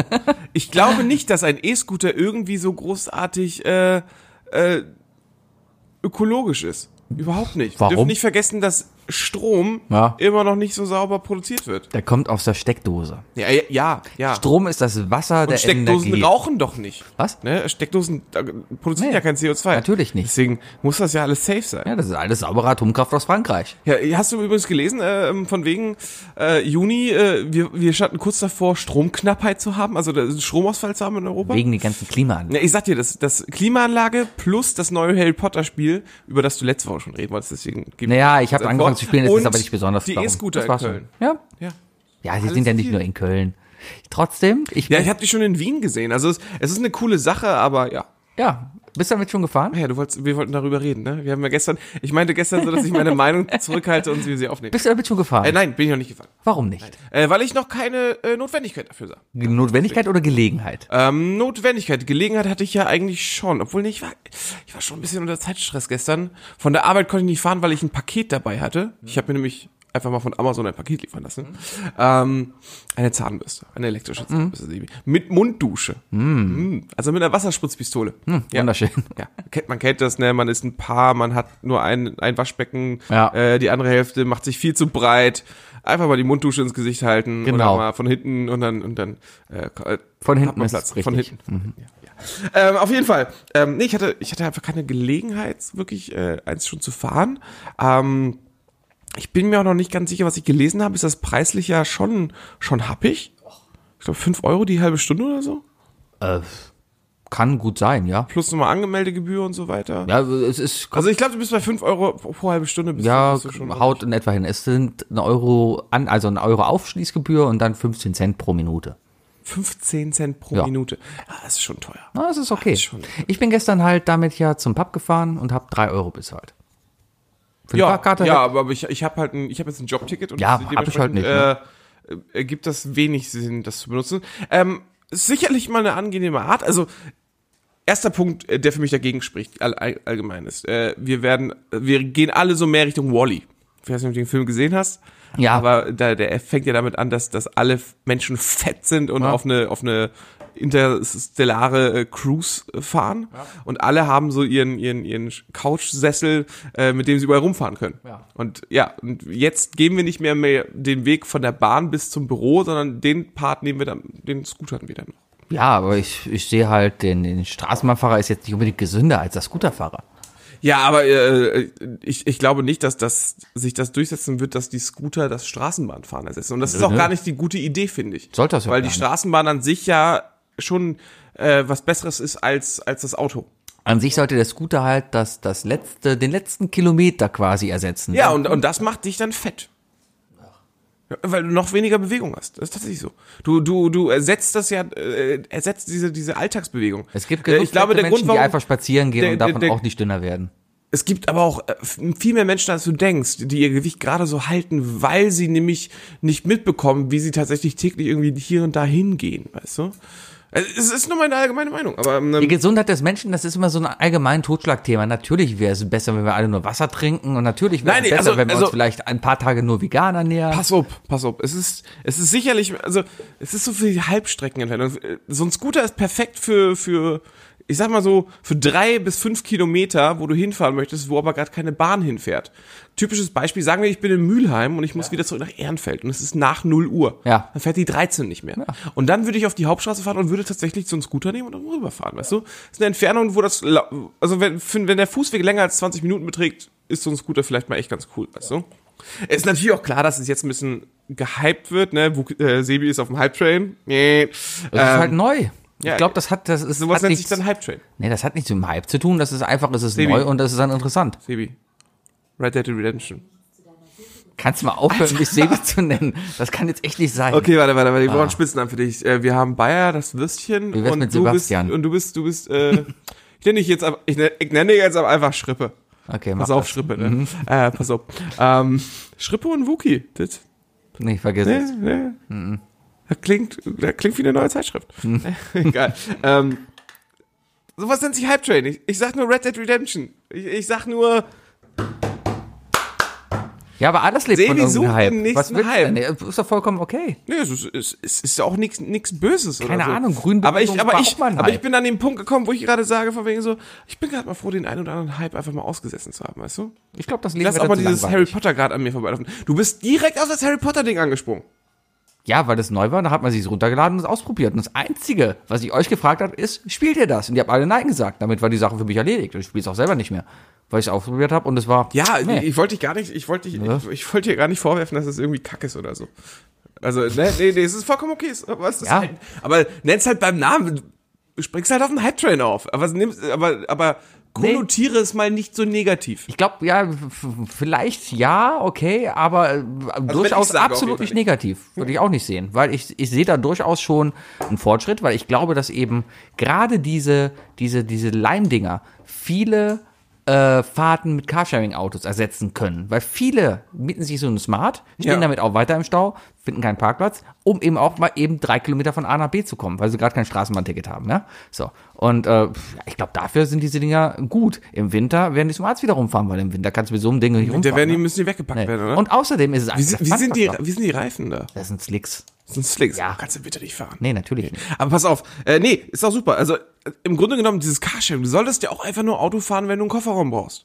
Ich glaube nicht, dass ein E-Scooter irgendwie so großartig äh, äh, ökologisch ist. Überhaupt nicht. Warum? Wir dürfen nicht vergessen, dass Strom Ja. immer noch nicht so sauber produziert wird. Der kommt aus der Steckdose. Ja, ja, ja. ja. Strom ist das Wasser der Und Steckdosen Energie. rauchen doch nicht. Was? Ne? Steckdosen äh, produzieren Nee, ja kein CO2. natürlich nicht. Deswegen muss das ja alles safe sein. Ja, das ist alles saubere Atomkraft aus Frankreich. Ja, hast du übrigens gelesen, äh, von wegen äh, Juni, äh, wir, wir standen kurz davor, Stromknappheit zu haben, also da- Stromausfall zu haben in Europa? Wegen den ganzen Klimaanlagen. ja, ich sag dir, das, das Klimaanlage plus das neue Harry Potter Spiel, über das du letzte Woche schon reden wolltest, deswegen gebe Naja, das ich habe jetzt angefangen vor. zu spielen, das Und ist aber nicht besonders. Die Warum? E-Scooter Das in war's Köln. schon. Ja, Ja. ja sie sind ja nicht viel. nur in Köln. Trotzdem, ich ja, bin- ich habe die schon in Wien gesehen, also es, es ist eine coole Sache, aber ja. ja, bist du damit schon gefahren? Ah Ja, du wolltest, wir wollten darüber reden, ne? Wir haben ja gestern, ich meinte gestern so, dass ich meine Meinung zurückhalte und sie, sie aufnehmen. Bist du damit schon gefahren? Äh, nein, bin ich noch nicht gefahren. Warum nicht? Äh, weil ich noch keine äh, Notwendigkeit dafür sah. Notwendigkeit oder Gelegenheit? Ähm, Notwendigkeit, Gelegenheit hatte ich ja eigentlich schon, obwohl nee, ich war, ich war schon ein bisschen unter Zeitstress gestern. Von der Arbeit konnte ich nicht fahren, weil ich ein Paket dabei hatte. Ich habe mir nämlich einfach mal von Amazon ein Paket liefern lassen. Ähm, eine Zahnbürste, eine elektrische Zahnbürste, Sebi. mit Munddusche. Mhm. Also mit einer Wasserspritzpistole. Wunderschön. Ja, kennt, man kennt das, ne? Man ist ein Paar, man hat nur ein, ein Waschbecken, Ja. äh, die andere Hälfte macht sich viel zu breit. Einfach mal die Munddusche ins Gesicht halten Genau. oder mal von hinten und dann und dann äh, äh, Von hat hinten man ist Platz. richtig. Mhm. Von hinten. Ja, ja. Ähm, auf jeden Fall. Ähm, nee, ich hatte ich hatte einfach keine Gelegenheit wirklich äh, eins schon zu fahren. Ähm, ich bin mir auch noch nicht ganz sicher, was ich gelesen habe. Ist das preislich ja schon schon happig? Ich glaube 5 Euro die halbe Stunde oder so. Äh, kann gut sein, ja. Plus nochmal Angemeldegebühr und so weiter. Ja, es ist Also ich glaube, du bist bei 5 Euro pro pro halbe Stunde. Bist du, Ja, bist du schon haut in etwa hin. Es sind ein Euro an, also ein Euro Aufschließgebühr und dann 15 Cent pro Minute. 15 Cent pro Ja. Minute. Ah, das ist schon teuer. Na, das ist okay. ist schon- Ich bin gestern halt damit ja zum Pub gefahren und habe drei Euro bezahlt. Für die ja, Fahrkarte ja, hätte- aber ich, ich habe halt ein, ich habe jetzt ein Jobticket und Ja, hab ich halt nicht, ne? äh, äh, ergibt das wenig Sinn, das zu benutzen. Ähm, ist sicherlich mal eine angenehme Art. Also erster Punkt, äh, der für mich dagegen spricht, all, all, allgemein ist. Äh, wir werden, wir gehen alle so mehr Richtung Wally. Ich weiß nicht, ob du den Film gesehen hast. Ja. Aber da, der fängt ja damit an, dass, dass alle F- Menschen fett sind und auf eine, auf eine interstellare äh, Cruise äh, fahren. Und alle haben so ihren, ihren, ihren Sch- Couchsessel, äh, mit dem sie überall rumfahren können. Ja. Und ja, und jetzt gehen wir nicht mehr, mehr den Weg von der Bahn bis zum Büro, sondern den Part nehmen wir dann, den Scootern wieder noch. ja, aber ich, ich sehe halt, den, den Straßenbahnfahrer ist jetzt nicht unbedingt gesünder als der Scooterfahrer. Ja, aber äh, ich, ich glaube nicht, dass das sich das durchsetzen wird, dass die Scooter das Straßenbahnfahren ersetzen. Und das ist auch ne? gar nicht die gute Idee, finde ich. Sollte das ja Weil gar die nicht. Straßenbahn an sich ja schon äh, was Besseres ist als, als das Auto. An sich sollte der Scooter halt das, das letzte, den letzten Kilometer quasi ersetzen. Ja, und, und das macht dich dann fett. Ja, Weil du noch weniger Bewegung hast. Das ist tatsächlich so. Du, du, du ersetzt das ja, äh, ersetzt diese, diese Alltagsbewegung. Es gibt äh, genug ich glaube, der Menschen, Grund, warum, die einfach spazieren gehen der- und der- davon der- auch nicht dünner werden. Es gibt aber auch äh, viel mehr Menschen, als du denkst, die ihr Gewicht gerade so halten, weil sie nämlich nicht mitbekommen, wie sie tatsächlich täglich irgendwie hier und da hingehen, weißt du? Also, Es ist nur meine allgemeine Meinung, aber Die ähm, Gesundheit des Menschen, das ist immer so ein allgemein Totschlagthema. Natürlich wäre es besser, wenn wir alle nur Wasser trinken und natürlich wäre Nein, es nee, besser, also- wenn wir uns also- vielleicht ein paar Tage nur vegan ernähren. pass auf, pass auf. Es ist, es ist sicherlich, also es ist so viel Halbstreckenentfernung. So ein Scooter ist perfekt für, für, ich sag mal so, für drei bis fünf Kilometer, wo du hinfahren möchtest, wo aber gerade keine Bahn hinfährt. Typisches Beispiel, sagen wir, ich bin in Mülheim und ich muss wieder zurück nach Ehrenfeld und es ist nach 0 Uhr. Ja. Dann fährt die 13 nicht mehr. Und dann würde ich auf die Hauptstraße fahren und würde tatsächlich so einen Scooter nehmen und dann rüberfahren, weißt du? Das ist eine Entfernung, wo das, la- also wenn, für- wenn der Fußweg länger als 20 Minuten beträgt, ist so ein Scooter vielleicht mal echt ganz cool, weißt du? Ist natürlich auch klar, dass es jetzt ein bisschen gehypt wird, ne? Wo, äh, Sebi ist auf dem Hype-Train. Nee. Das ist Ähm, halt neu. ja, ich glaube, das hat, das ist, sowas hat nennt nichts, sich dann Hype-Train, nee, das hat nichts mit dem Hype zu tun. Das ist einfach, es ist Sebi. neu und das ist dann interessant. Sebi. Red Dead Redemption. Kannst du mal aufhören, mich Sebi zu nennen? Das kann jetzt echt nicht sein. Also- Okay, warte, warte, warte. Wir brauchen einen Spitznamen für dich. Äh, Wir haben Bayer, das Würstchen. Wie wär's und mit du Sebastian? Bist, und du bist, du bist, äh, ich nenne dich jetzt, ab- ich nenne, ich nenne dich jetzt aber einfach Schrippe. okay mach Pass auf, das. Mhm. Schrippe, ne? Äh, pass auf. Ähm, Schrippe und Wookie. Das, Nee, vergiss ne, es. ne. Das klingt, das klingt wie eine neue Zeitschrift. Mhm. Egal. ähm, sowas nennt sich Hype Train. Ich, ich sag nur Red Dead Redemption. Ich, ich sag nur, Ja, aber alles lebt Sebi von sucht den irgendeinem Hype. nächsten Was willst du Hype. denn? Nee, Ist doch vollkommen okay. Nee, es ist, es ist, ist ja auch nichts nix Böses Keine oder so. Ahnung, Grünbewegung aber ich, aber war ich, auch mal ein aber ich Hype. bin an den Punkt gekommen, wo ich gerade sage, von wegen so, ich bin gerade mal froh, den einen oder anderen Hype einfach mal ausgesessen zu haben, weißt du? Ich glaube, das Leben Lass wird auch mal dazu dieses Harry langweilig. Potter gerade an mir vorbeilaufen. Du bist direkt auf das Harry Potter Ding angesprungen. Ja, weil das neu war, da hat man sich's runtergeladen und es ausprobiert. Und das Einzige, was ich euch gefragt habe, ist, spielt ihr das? Und ihr habt alle Nein gesagt. Damit war die Sache für mich erledigt. Und ich spiele es auch selber nicht mehr, weil ich es ausprobiert habe und es war. Ja, nee. ich, ich wollte dich gar nicht, ich wollte dich, ich, ich wollte dir gar nicht vorwerfen, dass es irgendwie kack ist oder so. Also, ne, nee, nee, es ist vollkommen okay. es- Aber, es ist Ja. halt, aber nenn's halt beim Namen. Du springst halt auf den Hype Train auf. Aber, nimm's, aber, aber konnotiere es mal nicht so negativ. Ich glaube, ja, f- vielleicht ja, okay, aber äh, Also wenn durchaus ich sage, auf jeden absolut Fall nicht negativ. Würde ich auch nicht sehen, weil ich, ich sehe da durchaus schon einen Fortschritt, weil ich glaube, dass eben gerade diese, diese, diese Leimdinger viele äh, Fahrten mit Carsharing-Autos ersetzen können, weil viele mieten sich so einen Smart, stehen Ja. damit auch weiter im Stau, finden keinen Parkplatz, um eben auch mal eben drei Kilometer von A nach B zu kommen, weil sie gerade kein Straßenbahnticket haben. Ne? So. Und äh, pf, ja, ich glaube, dafür sind diese Dinger gut. Im Winter werden die zum Arzt wieder rumfahren, weil im Winter kannst du mit so einem Ding nicht rumfahren. Der werden die, ne? müssen die weggepackt Nee. werden, oder? Und außerdem ist es wie, si- einfach. wie, sind die, wie sind die Reifen da? Das sind Slicks. Das sind Slicks. Ja. Kannst du bitte nicht fahren. Nee, natürlich nicht. Aber pass auf, äh, nee, ist auch super. Also äh, im Grunde genommen, dieses Carsharing, du solltest ja auch einfach nur Auto fahren, wenn du einen Kofferraum brauchst.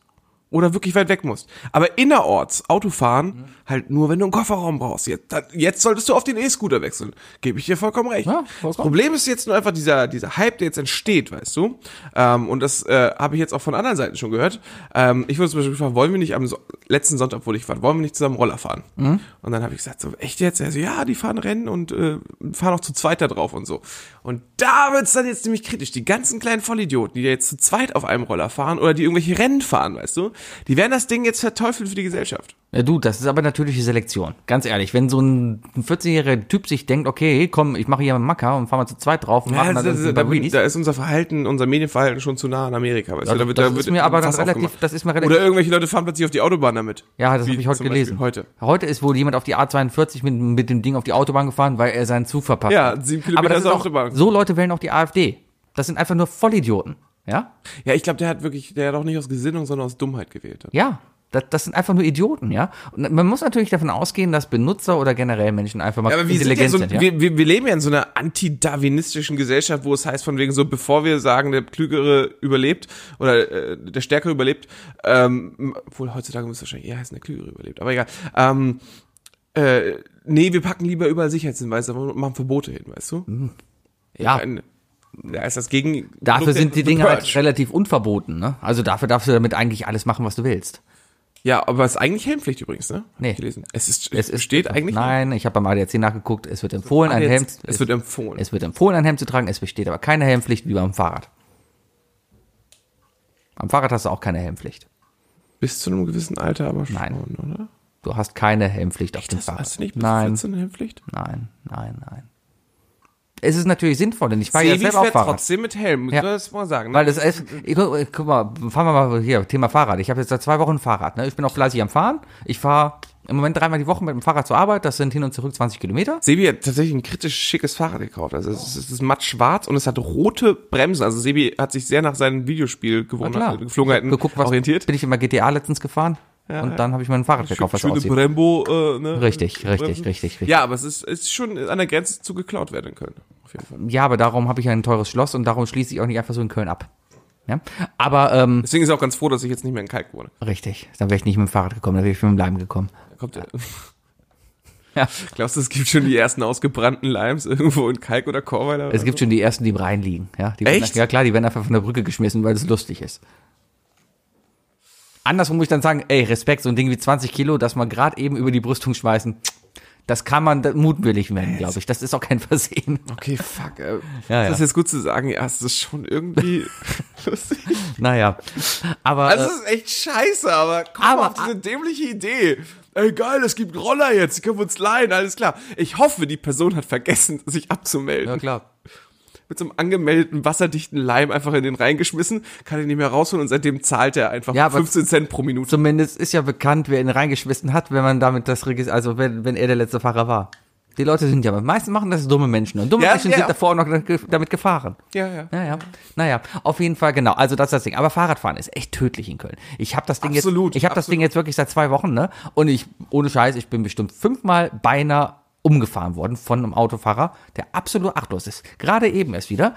Oder wirklich weit weg musst. Aber innerorts Auto fahren, Mhm. halt nur, wenn du einen Kofferraum brauchst. Jetzt, dann- jetzt solltest du auf den E-Scooter wechseln. Gebe ich dir vollkommen recht. Ja, vollkommen. Das Problem ist jetzt nur einfach dieser, dieser Hype, der jetzt entsteht, weißt du. Ähm, und das äh, habe ich jetzt auch von anderen Seiten schon gehört. Ähm, ich wurde zum Beispiel gefragt, wollen wir nicht am so letzten Sonntag, wurde ich fahren, wollen wir nicht zusammen Roller fahren? Und dann habe ich gesagt, so, echt jetzt? Er so, ja, die fahren Rennen und äh, fahren auch zu zweit da drauf und so. Und da wird's dann jetzt nämlich kritisch. Die ganzen kleinen Vollidioten, die jetzt zu zweit auf einem Roller fahren oder die irgendwelche Rennen fahren, weißt du, die werden das Ding jetzt verteufeln für die Gesellschaft. Ja, du, das ist aber natürliche Selektion. Ganz ehrlich, wenn so ein 14-jähriger Typ sich denkt, okay, komm, ich mache hier einen Macker und fahren wir zu zweit drauf und machen Ja, dann da, da, irgendwie Marines. da ist unser Verhalten, unser Medienverhalten schon zu nah an Amerika. Weißt du? da wird, da das ist wird mir aber dann Fass relativ- aufgemacht. das ist mir relativ- Oder irgendwelche Leute fahren plötzlich auf die Autobahn damit. Ja, das Wie habe ich heute zum Beispiel gelesen. Heute. heute ist wohl jemand auf die A42 mit, mit dem Ding auf die Autobahn gefahren, weil er seinen Zug verpasst Ja, hat. sieben Kilometer Aber das ist ist auch, Autobahn. so Leute wählen auch die AfD. Das sind einfach nur Vollidioten. Ja? Ja, ich glaube, der hat wirklich, der hat auch nicht aus Gesinnung, sondern aus Dummheit gewählt. Ja. Das, das sind einfach nur Idioten, ja. Und man muss natürlich davon ausgehen, dass Benutzer oder generell Menschen einfach mal Ja, aber wir, sind ja intelligent so, sind. ja? wir, wir, wir leben ja in so einer antidarwinistischen Gesellschaft, wo es heißt von wegen so, bevor wir sagen, der Klügere überlebt oder äh, der Stärkere überlebt, ähm, obwohl heutzutage müsste es wahrscheinlich eher heißen, der Klügere überlebt, aber egal. Ähm, äh, nee, wir packen lieber überall Sicherheitshinweise und machen Verbote hin, weißt du? ja. Ein- Da ist das gegen. Ah. Dafür sind die The Dinge halt Purge. relativ unverboten, ne? Also dafür darfst du damit eigentlich alles machen, was du willst. Ja, aber es ist eigentlich Helmpflicht übrigens, ne? Hab Nee. ich Gelesen. Es ist, Es ist, steht eigentlich. Nein, ich habe beim ADAC nachgeguckt, es wird empfohlen, ein ADAC Helm. es wird empfohlen. Es wird empfohlen, ein Helm zu tragen, es besteht aber keine Helmpflicht wie beim Fahrrad. Am Fahrrad hast du auch keine Helmpflicht. Bis zu einem gewissen Alter aber schon, Nein. oder? Du hast keine Helmpflicht auf dem Das Fahrrad. hast du nicht bis nein, 14 Helmpflicht? nein, nein, nein. Es ist natürlich sinnvoll, denn ich fahre ja Sebi selber auch fährt Fahrrad. trotzdem mit Helm, muss Ja. man das mal sagen. ne? Weil das ist, ich, guck, guck mal, fahren wir mal hier, Thema Fahrrad. Ich habe jetzt seit zwei Wochen ein Fahrrad. Ne? Ich bin auch fleißig am Fahren. Ich fahre im Moment dreimal die Woche mit dem Fahrrad zur Arbeit. Das sind hin und zurück 20 Kilometer. Sebi hat tatsächlich ein kritisch schickes Fahrrad gekauft. Also es ist, es ist matt schwarz und es hat rote Bremsen. Also Sebi hat sich sehr nach seinen Videospielgewohnheiten, also Geflogenheiten Geguckt, was Hm, orientiert. bin ich immer GTA letztens gefahren. und dann habe ich mein Fahrrad gekauft, was Schöne aussieht. Brembo, äh, ne? Richtig, Bremsen. richtig, richtig, richtig. Ja, aber es ist, ist schon an der Grenze zu geklaut werden können. Auf jeden Fall. Ja, aber darum habe ich ein teures Schloss und darum schließe ich auch nicht einfach so in Köln ab. Ja? Aber ähm, Deswegen ist er auch ganz froh, dass ich jetzt nicht mehr in Kalk wohne. richtig, dann wäre ich nicht mit dem Fahrrad gekommen, dann wäre ich mit dem Leim gekommen. Da kommt er. Ja. Glaubst du, es gibt schon die ersten ausgebrannten Limes irgendwo in Kalk oder Korweiler? Es gibt schon die ersten, die im Rhein liegen. Ja, die Echt? Werden, ja klar, die werden einfach von der Brücke geschmissen, weil es lustig ist. Andersrum muss ich dann sagen, ey, Respekt, so ein Ding wie 20 Kilo, das man gerade eben über die Brüstung schmeißen, das kann man da- mutwillig werden, glaube ich. Das ist auch kein Versehen. Okay, fuck. Äh, Ja, Das ja. ist jetzt gut zu sagen, ja, es ist schon irgendwie lustig. Naja, aber äh, Also, es ist echt scheiße, aber komm aber- auf diese dämliche Idee. Ey, geil, es gibt Roller jetzt, die können wir uns leihen, alles klar. Ich hoffe, die Person hat vergessen, sich äh, abzumelden. ja klar. Mit so einem angemeldeten, wasserdichten Leim einfach in den reingeschmissen, kann ihn nicht mehr rausholen und seitdem zahlt er einfach Ja, aber- 15 Cent pro Minute. Zumindest ist ja bekannt, wer ihn reingeschmissen hat, wenn man damit das Regis also wenn, wenn er der letzte Fahrer war. Die Leute sind ja, meistens machen das dumme Menschen und dumme Ja, Menschen ja. sind davor auch noch ge- damit gefahren. Ja, ja. Naja, naja, auf jeden Fall genau. Also das ist das Ding. Aber Fahrradfahren ist echt tödlich in Köln. Ich habe das Ding Absolut, jetzt, ich habe das absolut. Ding jetzt wirklich seit zwei Wochen, ne? Und ich, ohne Scheiß, ich bin bestimmt fünfmal beinahe umgefahren worden von einem Autofahrer, der absolut achtlos ist. Gerade eben erst wieder.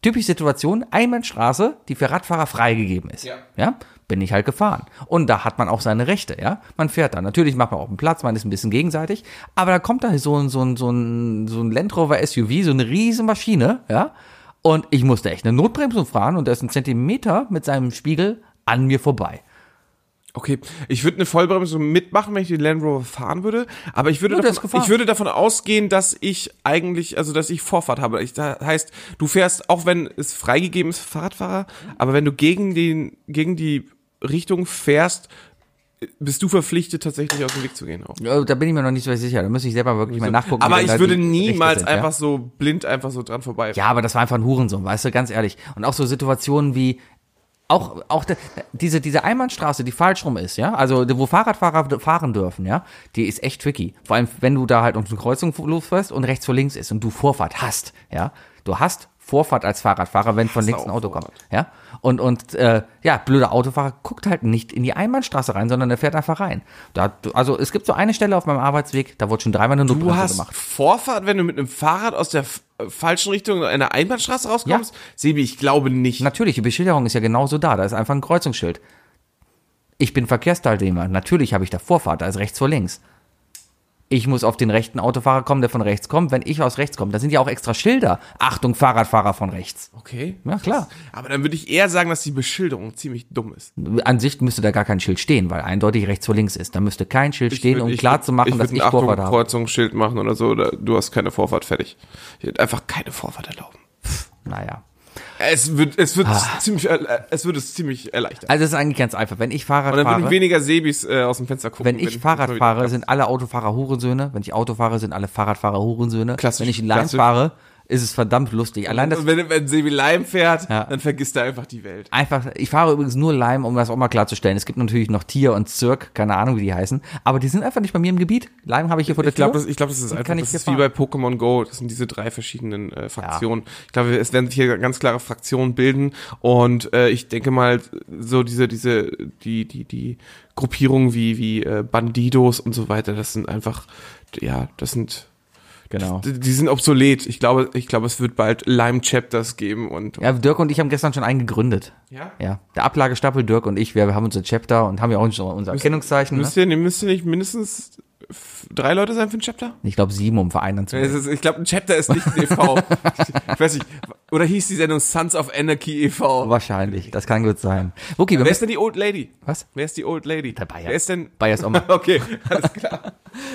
Typisch Situation, Einbahnstraße, die für Radfahrer freigegeben ist. Ja. ja, bin ich halt gefahren. Und da hat man auch seine Rechte, ja. Man fährt da. Natürlich macht man auch einen Platz, man ist ein bisschen gegenseitig. Aber da kommt da so ein, so ein, so ein, so ein Land Rover SUV, so eine riesen Maschine, ja. Und ich musste echt eine Notbremsung fahren und der ist ein Zentimeter mit seinem Spiegel an mir vorbei. Okay, ich würde eine Vollbremsung mitmachen, wenn ich den Land Rover fahren würde, aber ich würde, Ja, der ist davon, gefahren. ich würde davon ausgehen, dass ich eigentlich, also dass ich Vorfahrt habe. Ich, das heißt, du fährst, auch wenn es freigegeben ist, Fahrradfahrer, aber wenn du gegen, den, gegen die Richtung fährst, bist du verpflichtet, tatsächlich aus dem Weg zu gehen. Auch. Äh, Da bin ich mir noch nicht so sicher. Da müsste ich selber wirklich mal nachgucken. Also, wie aber denn ich da würde die Rechte niemals sind, ja? einfach so blind einfach so dran vorbei. Ja, aber das war einfach ein Hurensohn, weißt du, ganz ehrlich. Und auch so Situationen wie auch auch de, diese diese Einbahnstraße, die falsch rum ist, ja? Also wo Fahrradfahrer d- fahren dürfen, ja? Die ist echt tricky. Vor allem wenn du da halt um eine Kreuzung losfährst und rechts vor links ist und du Vorfahrt hast, ja? Du hast Vorfahrt als Fahrradfahrer, wenn von links ein auch Auto kommt, ja? Und und äh, ja, blöder Autofahrer guckt halt nicht in die Einbahnstraße rein, sondern er fährt einfach rein. Da, also es gibt so eine Stelle auf meinem Arbeitsweg, da wurde schon dreimal eine Du Notbremse hast gemacht. Vorfahrt, wenn du mit einem Fahrrad aus der f- äh, falschen Richtung in einer Einbahnstraße rauskommst? Sebi, ich glaube nicht. Natürlich, die Beschilderung ist ja genauso da. Da ist einfach ein Kreuzungsschild. Ich bin Verkehrsteilnehmer. Natürlich habe ich da Vorfahrt, da ist rechts vor links. Ich muss auf den rechten Autofahrer kommen, der von rechts kommt, wenn ich aus rechts komme. Da sind ja auch extra Schilder. Achtung, Fahrradfahrer von rechts. Okay. Ja, klar. Aber dann würde ich eher sagen, dass die Beschilderung ziemlich dumm ist. An sich müsste da gar kein Schild stehen, weil eindeutig rechts vor links ist. Da müsste kein Schild stehen, um Ich würd- klar zu machen, ich dass würd ein ich Achtung, Vorfahrt habe. Kreuzungsschild machen oder so, oder du hast keine Vorfahrt fertig. Ich würde einfach keine Vorfahrt erlauben. Naja. Es wird, es wird Ah. ziemlich, erle- es wird es ziemlich erleichtern. Also es ist eigentlich ganz einfach. Wenn ich Fahrrad Und dann fahre, würden weniger Sebis äh, aus dem Fenster gucken. wenn ich Fahrrad mal wieder- fahre, sind alle Autofahrer Hurensöhne. Wenn ich Auto fahre, sind alle Fahrradfahrer Hurensöhne. Klassisch, Wenn ich Leim klassisch. fahre, ist es verdammt lustig. Allein das Und wenn, wenn Sebi Leim fährt, Ja. dann vergisst er einfach die Welt. Einfach, ich fahre übrigens nur Leim, um das auch mal klarzustellen. Es gibt natürlich noch Tier und Zirk, keine Ahnung, wie die heißen. Aber die sind einfach nicht bei mir im Gebiet. Leim habe ich hier vor der Ich glaube, Tür. das, ich glaub, das ist Und einfach kann ich das hier ist wie bei Pokémon Go. Das sind diese drei verschiedenen äh, Fraktionen. Ich glaube, es werden sich hier ganz klare Fraktionen bilden. Und äh, ich denke mal, so diese, diese, die, die, die Gruppierungen wie, wie äh, Bandidos und so weiter, das sind einfach, ja, das sind. genau. Die, die sind obsolet. Ich glaube, ich glaube, es wird bald Lime Chapters geben und. Ja, Dirk und ich haben gestern schon einen gegründet. Ja? Ja, der Ablagestapel Dirk und ich, wir haben unser Chapter und haben ja auch unser, unser Erkennungszeichen. Ne? Müsst ihr, müsst ihr nicht mindestens f- drei Leute sein für ein Chapter? Ich glaube sieben, um vereinern zu Es können. ist, ich glaube, ein Chapter ist nicht ein e.V. ich weiß nicht. Oder hieß die Sendung Sons of Anarchy e.V.? Wahrscheinlich, das kann gut sein. Wookie, wir Wer müssen, ist denn die Old Lady? was? Wer ist die Old Lady? Der Bayer. Wer ist denn? Bayer ist auch mal. Okay, alles klar.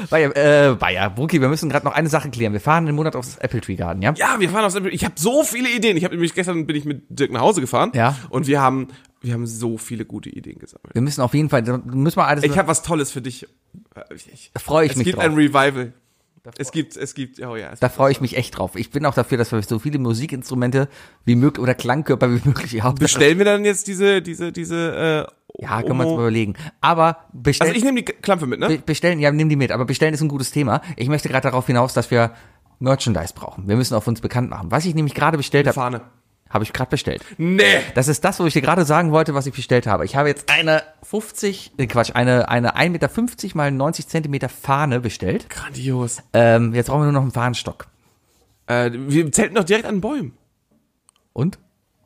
Bayer, äh, Bayer, Wookie, wir müssen gerade noch eine Sache klären. Wir fahren den Monat aufs Apple Tree Garden, ja? Ja, wir fahren aufs Ich habe so viele Ideen. Ich habe nämlich gestern bin ich mit Dirk nach Hause gefahren. Ja. Und wir haben wir haben so viele gute Ideen gesammelt. Wir müssen auf jeden Fall, da müssen wir alles. Ich habe was Tolles für dich. Ich, Da freu ich es mich Es gibt drauf. ein Revival. Es gibt es gibt oh ja. Es Da freue ich mich echt drauf. Ich bin auch dafür, dass wir so viele Musikinstrumente wie möglich oder Klangkörper wie möglich haben. Bestellen wir dann jetzt diese diese diese äh, Ja, können wir uns mal überlegen. Aber bestellen, Also ich nehme die Klampfe mit, ne? be- bestellen, ja, nimm die mit, aber bestellen ist ein gutes Thema. Ich möchte gerade darauf hinaus, dass wir Merchandise brauchen. Wir müssen auf uns bekannt machen. Was ich nämlich gerade bestellt habe, Fahne. habe ich gerade bestellt. Nee. Das ist das, wo ich dir gerade sagen wollte, was ich bestellt habe. Ich habe jetzt eine 50, nee, Quatsch, eine, eine 1,50 Meter mal 90 Zentimeter Fahne bestellt. Grandios. Ähm, jetzt brauchen wir nur noch einen Fahnenstock. Äh, wir zelten doch direkt an Bäumen. Und?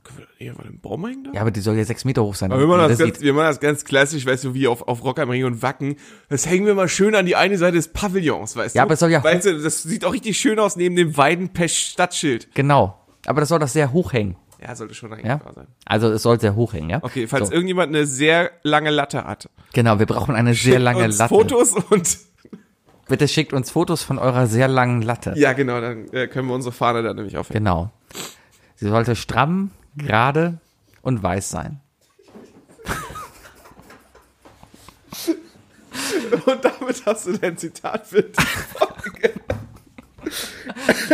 Können wir hier mal einen Baum hängen da? Ja, aber die soll ja sechs Meter hoch sein. Wir machen, das Das ganz, sieht- wir machen das ganz klassisch, weißt du, wie auf, auf Rock am Ring und Wacken. Das hängen wir mal schön an die eine Seite des Pavillons, weißt du? Ja, aber es soll ja- Weißt du, das sieht auch richtig schön aus neben dem Weidenpech-Stadtschild. genau. Aber das soll das sehr hoch hängen. Ja, sollte schon Ja? reingeklar sein. Also es soll sehr hoch hängen, ja? Okay, falls so. irgendjemand eine sehr lange Latte hat, Genau, wir brauchen eine sehr lange uns Latte. Fotos und Bitte schickt uns Fotos von eurer sehr langen Latte. ja, genau, dann äh, können wir unsere Fahne da nämlich aufhängen. Genau. Sie sollte stramm, gerade und weiß sein. Und damit hast du dein Zitat für die Folge.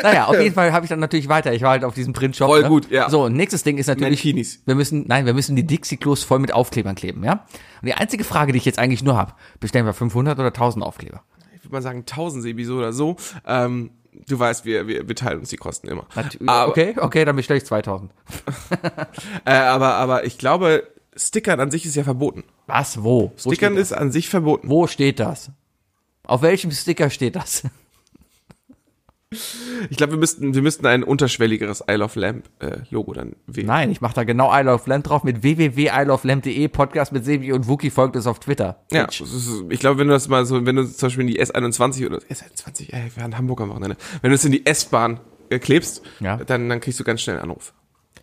Naja, auf jeden Fall habe ich dann natürlich weiter. Ich war halt auf diesem Printshop. Voll ne? gut, ja. So, und nächstes Ding ist natürlich, Nankinis. wir müssen, nein, wir müssen die Dixie-Klos voll mit Aufklebern kleben, ja? Und die einzige Frage, die ich jetzt eigentlich nur habe, bestellen wir 500 oder 1000 Aufkleber? Ich würde mal sagen, 1000 Sebi so oder so. Ähm, du weißt, wir, wir, wir teilen uns die Kosten immer. Natu- Aber- okay, okay, dann bestelle ich 2000. Äh, aber, aber ich glaube, Stickern an sich ist ja verboten. Was? Wo? Wo steht, Stickern ist an sich verboten. wo steht das? Auf welchem Sticker steht das? Ich glaube, wir müssten, wir müssten ein unterschwelligeres Isle of Lamp äh, Logo dann wählen. Nein, ich mache da genau I Love Lamb drauf mit www.ilovelamb.de, Podcast mit Sebi und Wookie folgt uns auf Twitter. Ja, das ist, ich glaube, wenn du das mal so, wenn du zum Beispiel in die S21 oder S21, ey, wir waren in Hamburg am Wochenende, wenn du es in die S-Bahn äh, klebst, Ja. dann, dann kriegst du ganz schnell einen Anruf.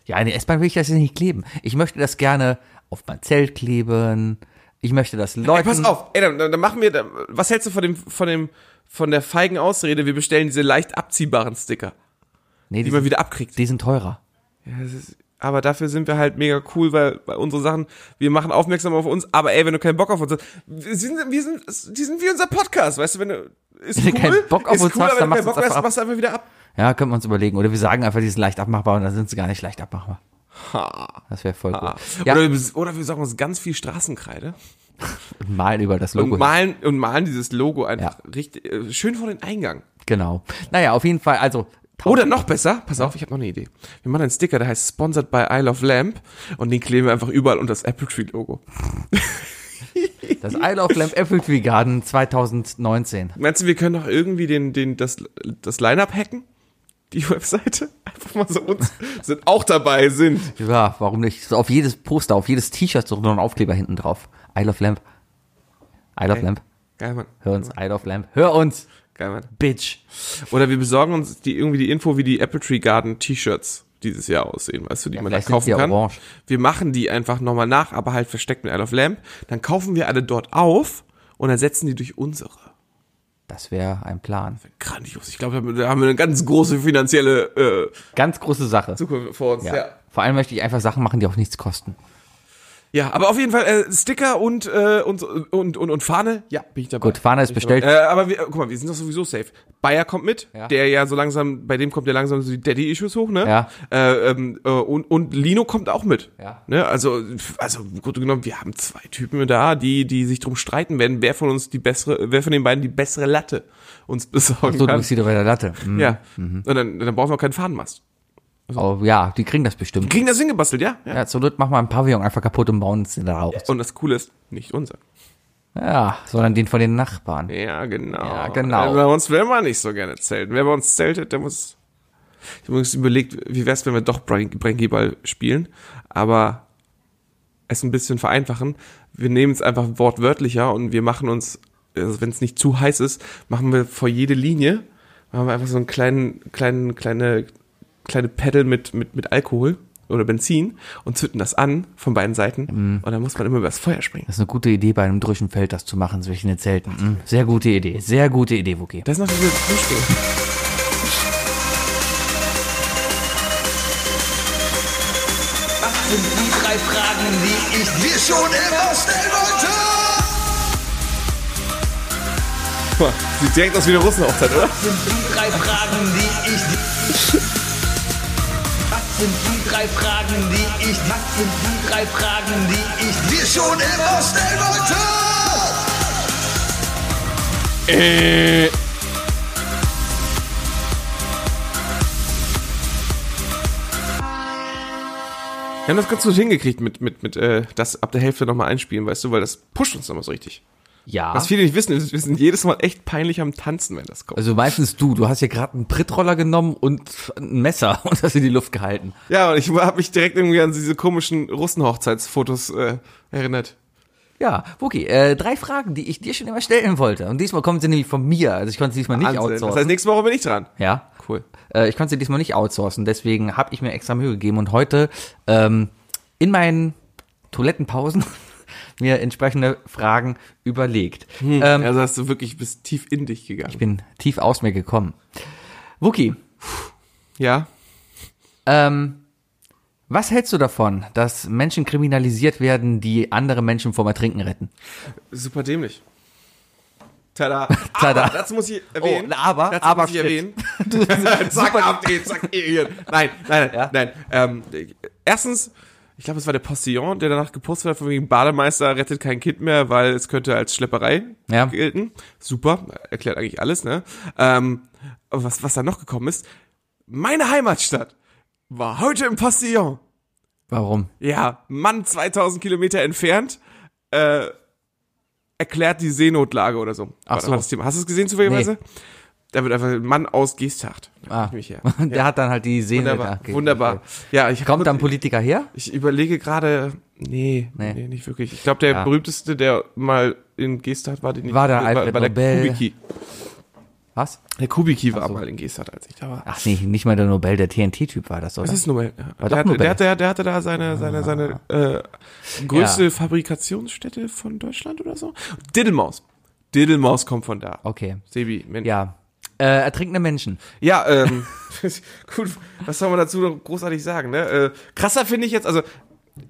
Ja, eine S-Bahn will ich das nicht kleben. Ich möchte das gerne auf mein Zelt kleben. Ich möchte das Ey, Leuten... pass auf, ey, dann, dann dann machen wir, dann, was hältst du von dem, von dem, von der feigen Ausrede, wir bestellen diese leicht abziehbaren Sticker, Nee, die, die man sind, wieder abkriegt. die sind teurer. Ja, das ist, aber dafür sind wir halt mega cool, weil, weil unsere Sachen, wir machen aufmerksam auf uns, aber ey, wenn du keinen Bock auf uns hast, wir sind, wir sind, die sind wie unser Podcast, weißt du, wenn du, ist Wenn cool, du keinen Bock auf ist uns cool, hast, aber dann wenn du keinen machst du Bock es mehr einfach hast, ab. machst du einfach wieder ab. Ja, könnten wir uns überlegen. Oder wir sagen einfach, die sind leicht abmachbar und dann sind sie gar nicht leicht abmachbar. Das wäre voll Ah. gut. Ja, Oder, wir- oder wir sagen uns ganz viel Straßenkreide und malen über das und Logo. malen, und malen dieses Logo einfach Ja. richtig äh, schön vor den Eingang. Genau. Naja, auf jeden Fall, also... Oder noch besser, pass auf, ich habe noch eine Idee. Wir machen einen Sticker, der heißt Sponsored by Isle of Lamp und den kleben wir einfach überall unter das Apple Tree Logo. Das I Love Lamb Apple Tree Garden 2019. Meinst du, wir können doch irgendwie den, den, das, das Line-Up hacken? Die Webseite? Einfach mal so uns sind auch dabei sind. Ja, warum nicht? So auf jedes Poster, auf jedes T-Shirt so noch ein Aufkleber hinten drauf. I Love Lamp. I Love Lamp. Geil, Mann. Hör uns, I Love Lamp. Hör uns, Geil, Mann. Bitch. Oder wir besorgen uns die, irgendwie die Info, wie die Apple Tree Garden T-Shirts dieses Jahr aussehen, weißt du, die man da vielleicht sind kaufen sie ja kann. orange. Wir machen die einfach nochmal nach, aber halt versteckt mit Isle of Lamp. Dann kaufen wir alle dort auf und ersetzen die durch unsere. Das wäre ein Plan. Grandios. Ich glaube, da haben wir eine ganz große finanzielle äh, Ganz große Sache. Zukunft vor uns. Ja. Ja. Ja. Vor allem möchte ich einfach Sachen machen, die auch nichts kosten. aber auf jeden Fall äh, Sticker und, äh, und, und, und, und Fahne. Ja, bin ich dabei. Gut, Fahne ist bestellt. Äh, aber wir, guck mal, wir sind doch sowieso safe. Bayer kommt mit, Ja. der ja so langsam, bei dem kommt ja langsam so die Daddy-Issues hoch, ne? Ja. Äh, ähm, äh, und, und Lino kommt auch mit. Ja. Ne? Also, also gut genommen, wir haben zwei Typen da, die, die sich drum streiten werden, wer von uns die bessere, wer von den beiden die bessere Latte uns besorgen so, du kann. bist wieder bei der Latte. Mhm. Ja. Und dann, dann brauchen wir auch keinen Fahnenmast. Oh, ja, die kriegen das bestimmt. Kriegen das hingebastelt, ja? ja. Ja, zur Not machen wir ein Pavillon einfach kaputt und bauen uns den da raus. Und das Coole ist, nicht unser. Ja, sondern den von den Nachbarn. Ja, genau. Ja, genau. Äh, Bei uns will man nicht so gerne zelten. Wer bei uns zeltet, der muss. Ich habe uns überlegt, wie wär's, wenn wir doch Brain- Brainkeyball spielen, aber es ein bisschen vereinfachen. Wir nehmen es einfach wortwörtlicher und wir machen uns, also wenn es nicht zu heiß ist, machen wir vor jede Linie, machen wir einfach so einen kleinen, kleinen, kleine, kleine Pedal mit, mit, mit Alkohol oder Benzin und zünden das an von beiden Seiten Mhm. und dann muss man immer übers Feuer springen. Das ist eine gute Idee, bei einem drischen Feld das zu machen zwischen den Zelten. Mhm. Sehr gute Idee, sehr gute Idee, Wookie. Das ist noch diese Zustimmung. sind die drei Fragen, die ich dir schon immer stellen wollte? Guck mal, Sieht direkt aus wie eine Russenhochzeit, oder? Sind die drei Fragen, die ich dir... Was Was sind die drei Fragen, die ich, was sind die drei Fragen, die ich dir schon immer stellen wollte? Äh. Wir haben das ganz gut hingekriegt mit, mit, mit äh, das ab der Hälfte nochmal einspielen, weißt du, weil das pusht uns nochmal so richtig. Ja. Was viele nicht wissen, ist, wir sind jedes Mal echt peinlich am Tanzen, wenn das kommt. Also meistens du. Du hast hier gerade einen Prittroller genommen und ein Messer und das in die Luft gehalten. Ja, und ich habe mich direkt irgendwie an diese komischen Russenhochzeitsfotos äh, erinnert. Ja, Wookie, äh, drei Fragen, die ich dir schon immer stellen wollte. Und diesmal kommen sie nämlich von mir. Also ich konnte sie diesmal nicht Wahnsinn. outsourcen. Das heißt, nächste Woche bin ich dran. ja. Cool. Äh, ich konnte sie diesmal nicht outsourcen, deswegen habe ich mir extra Mühe gegeben und heute ähm, in meinen Toilettenpausen mir entsprechende Fragen überlegt. Ähm, Also hast du wirklich bis tief in dich gegangen. Ich bin tief aus mir gekommen. Wookie, ja. ähm, was hältst du davon, dass Menschen kriminalisiert werden, die andere Menschen vom Ertrinken retten? Super dämlich. Tada. Tada. Aber, das muss ich erwähnen. Oh, aber, das aber muss ich Schritt. erwähnen. zack, abdrehen, zack, irrigieren. Nein, nein, Ja. nein. Ähm, erstens, ich glaube, es war der Postillon, der danach gepostet hat, von wegen Bademeister rettet kein Kind mehr, weil es könnte als Schlepperei Ja. gelten. Super, erklärt eigentlich alles, ne? Ähm, aber was, was da noch gekommen ist, meine Heimatstadt war heute im Postillon. Warum? Ja, Mann 2000 Kilometer entfernt, äh, erklärt die Seenotlage oder so. Ach War- so. war das Thema. Hast du es gesehen zufälligerweise? Nee. Da wird einfach ein Mann aus Geesthacht. Ah. Ich mich her. Der hat dann halt die Sehne. Wunderbar, Okay. wunderbar. Ja, ich, Kommt dann Politiker her? ich überlege gerade, nee, Nee. nee, nicht wirklich. Ich glaube, der Ja. berühmteste, der mal in Geesthacht war, den ich- War der Alfred war der Nobel? Kubicki. Was? Der Kubicki war mal in Geesthacht, als ich da war. Ach nee, nicht mal der Nobel, der TNT-Typ war das, oder? Das ist Nobel. ja. War doch Der, hatte, Nobel. Ah. der, hatte, der hatte da seine, seine, seine äh, größte Fabrikationsstätte von Deutschland oder so. Diddlemaus. Diddlemaus kommt von da. okay. Sebi, Mensch. Ja. Äh, ertrinkende Menschen. Ja, ähm, gut, was soll man dazu noch großartig sagen, ne? Äh, krasser finde ich jetzt, also,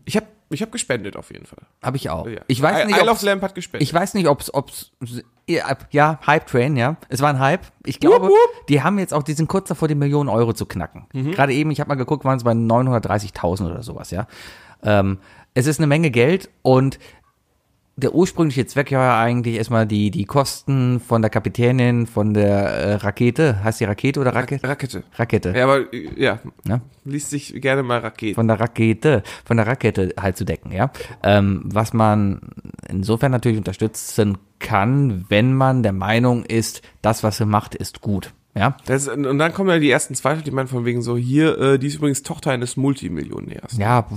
ich habe ich hab gespendet auf jeden Fall. Habe ich auch. Ja. Ich weiß I, nicht, I Love ob's, Lamp hat gespendet. ich weiß nicht, ob's, ob's, ja, Hype Train, ja. Es war ein Hype. Ich glaube, Wupp, wupp. Mhm. die haben jetzt auch, die sind kurz davor, die Millionen Euro zu knacken. Gerade eben, ich habe mal geguckt, waren es bei 930.000 oder sowas, ja. Ähm, es ist eine Menge Geld und der ursprüngliche Zweck war ja eigentlich erstmal die, die Kosten von der Kapitänin, von der äh, Rakete. Heißt die Rakete oder Rakete? Rakete. Rakete. Ja, aber, äh, ja, Ne? liest sich gerne mal Rakete. von der Rakete, von der Rakete halt zu decken, ja. Ähm, was man insofern natürlich unterstützen kann, wenn man der Meinung ist, das, was sie macht, ist gut, ja. Das, und dann kommen ja die ersten Zweifel, die meinen von wegen so, hier, äh, die ist übrigens Tochter eines Multimillionärs. Ja,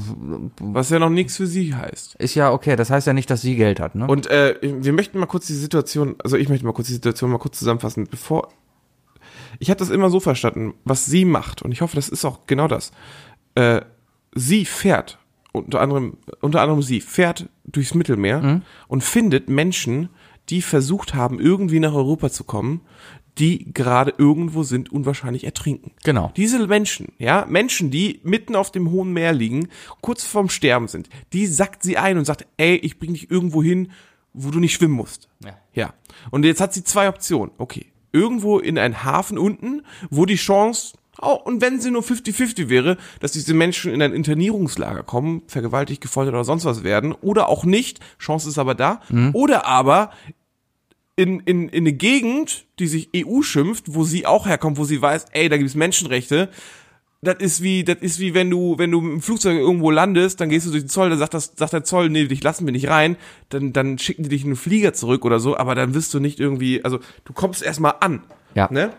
Was ja noch nichts für sie heißt. ist ja okay. Das heißt ja nicht, dass sie Geld hat, ne? Und äh, wir möchten mal kurz die Situation, also ich möchte mal kurz die Situation mal kurz zusammenfassen, bevor ich habe das immer so verstanden, was sie macht und ich hoffe, das ist auch genau das. Äh, sie fährt unter anderem unter anderem sie fährt durchs Mittelmeer und findet Menschen, die versucht haben, irgendwie nach Europa zu kommen, die gerade irgendwo sind und wahrscheinlich ertrinken. Genau. Diese Menschen, ja, Menschen, die mitten auf dem hohen Meer liegen, kurz vorm Sterben sind, die sackt sie ein und sagt, ey, ich bring dich irgendwo hin, wo du nicht schwimmen musst. Ja. Ja. Und jetzt hat sie zwei Optionen. Okay. Irgendwo in einen Hafen unten, wo die Chance, oh, und wenn sie nur 50-50 wäre, dass diese Menschen in ein Internierungslager kommen, vergewaltigt, gefoltert oder sonst was werden, oder auch nicht, Chance ist aber da, oder aber in, in, in eine Gegend, die sich EU schimpft, wo sie auch herkommt, wo sie weiß, ey, da gibt es Menschenrechte. Das ist wie, das ist wie, wenn du, wenn du im Flugzeug irgendwo landest, dann gehst du durch den Zoll, dann sagt das, sagt der Zoll, nee, dich lassen wir nicht rein, dann, dann schicken die dich in einen Flieger zurück oder so, aber dann wirst du nicht irgendwie, also du kommst erstmal an. Ja. Ne?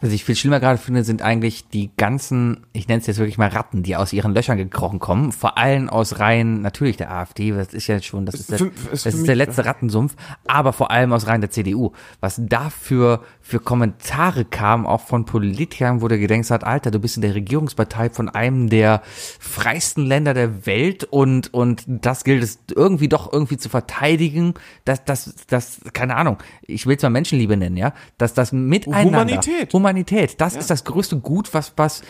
Was ich viel schlimmer gerade finde, sind eigentlich die ganzen, ich nenne es jetzt wirklich mal Ratten, die aus ihren Löchern gekrochen kommen. Vor allem aus Reihen natürlich der AfD, das ist ja schon, das ist der, für- das ist für ist mich- der letzte Rattensumpf, aber vor allem aus Reihen der CDU. Was dafür für Kommentare kamen, auch von Politikern, wo du gedenkst hat, Alter, du bist in der Regierungspartei von einem der freisten Länder der Welt und, und das gilt es irgendwie doch irgendwie zu verteidigen. Das, das, das, keine Ahnung, ich will es mal Menschenliebe nennen, ja, dass das miteinander. Humanität. Humanität, das ist das größte Gut, was, was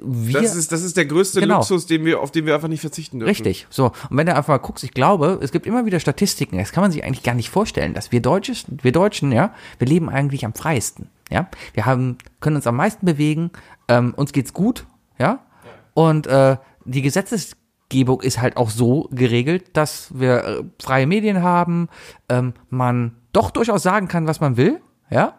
wir. Das ist, das ist der größte Genau. Luxus, den wir, auf den wir einfach nicht verzichten dürfen. Richtig, so. Und wenn du einfach mal guckst, ich glaube, es gibt immer wieder Statistiken, das kann man sich eigentlich gar nicht vorstellen, dass wir Deutsches, wir Deutschen, ja, wir leben eigentlich am freiesten, ja. Wir haben, können uns am meisten bewegen, ähm, uns geht's gut, ja. Und äh, die Gesetzesgebung ist halt auch so geregelt, dass wir äh, freie Medien haben, ähm, man doch durchaus sagen kann, was man will, ja.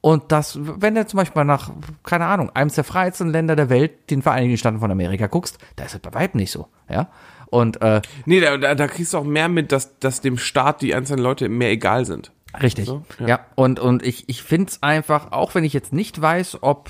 Und das, wenn du zum Beispiel nach, keine Ahnung, einem der freiheitsten Länder der Welt, den Vereinigten Staaten von Amerika guckst, da ist es bei weitem nicht so, ja. Und äh, Nee, da, da, da kriegst du auch mehr mit, dass, dass dem Staat die einzelnen Leute mehr egal sind. Richtig. ja. und, und ich, ich finde es einfach, auch wenn ich jetzt nicht weiß, ob.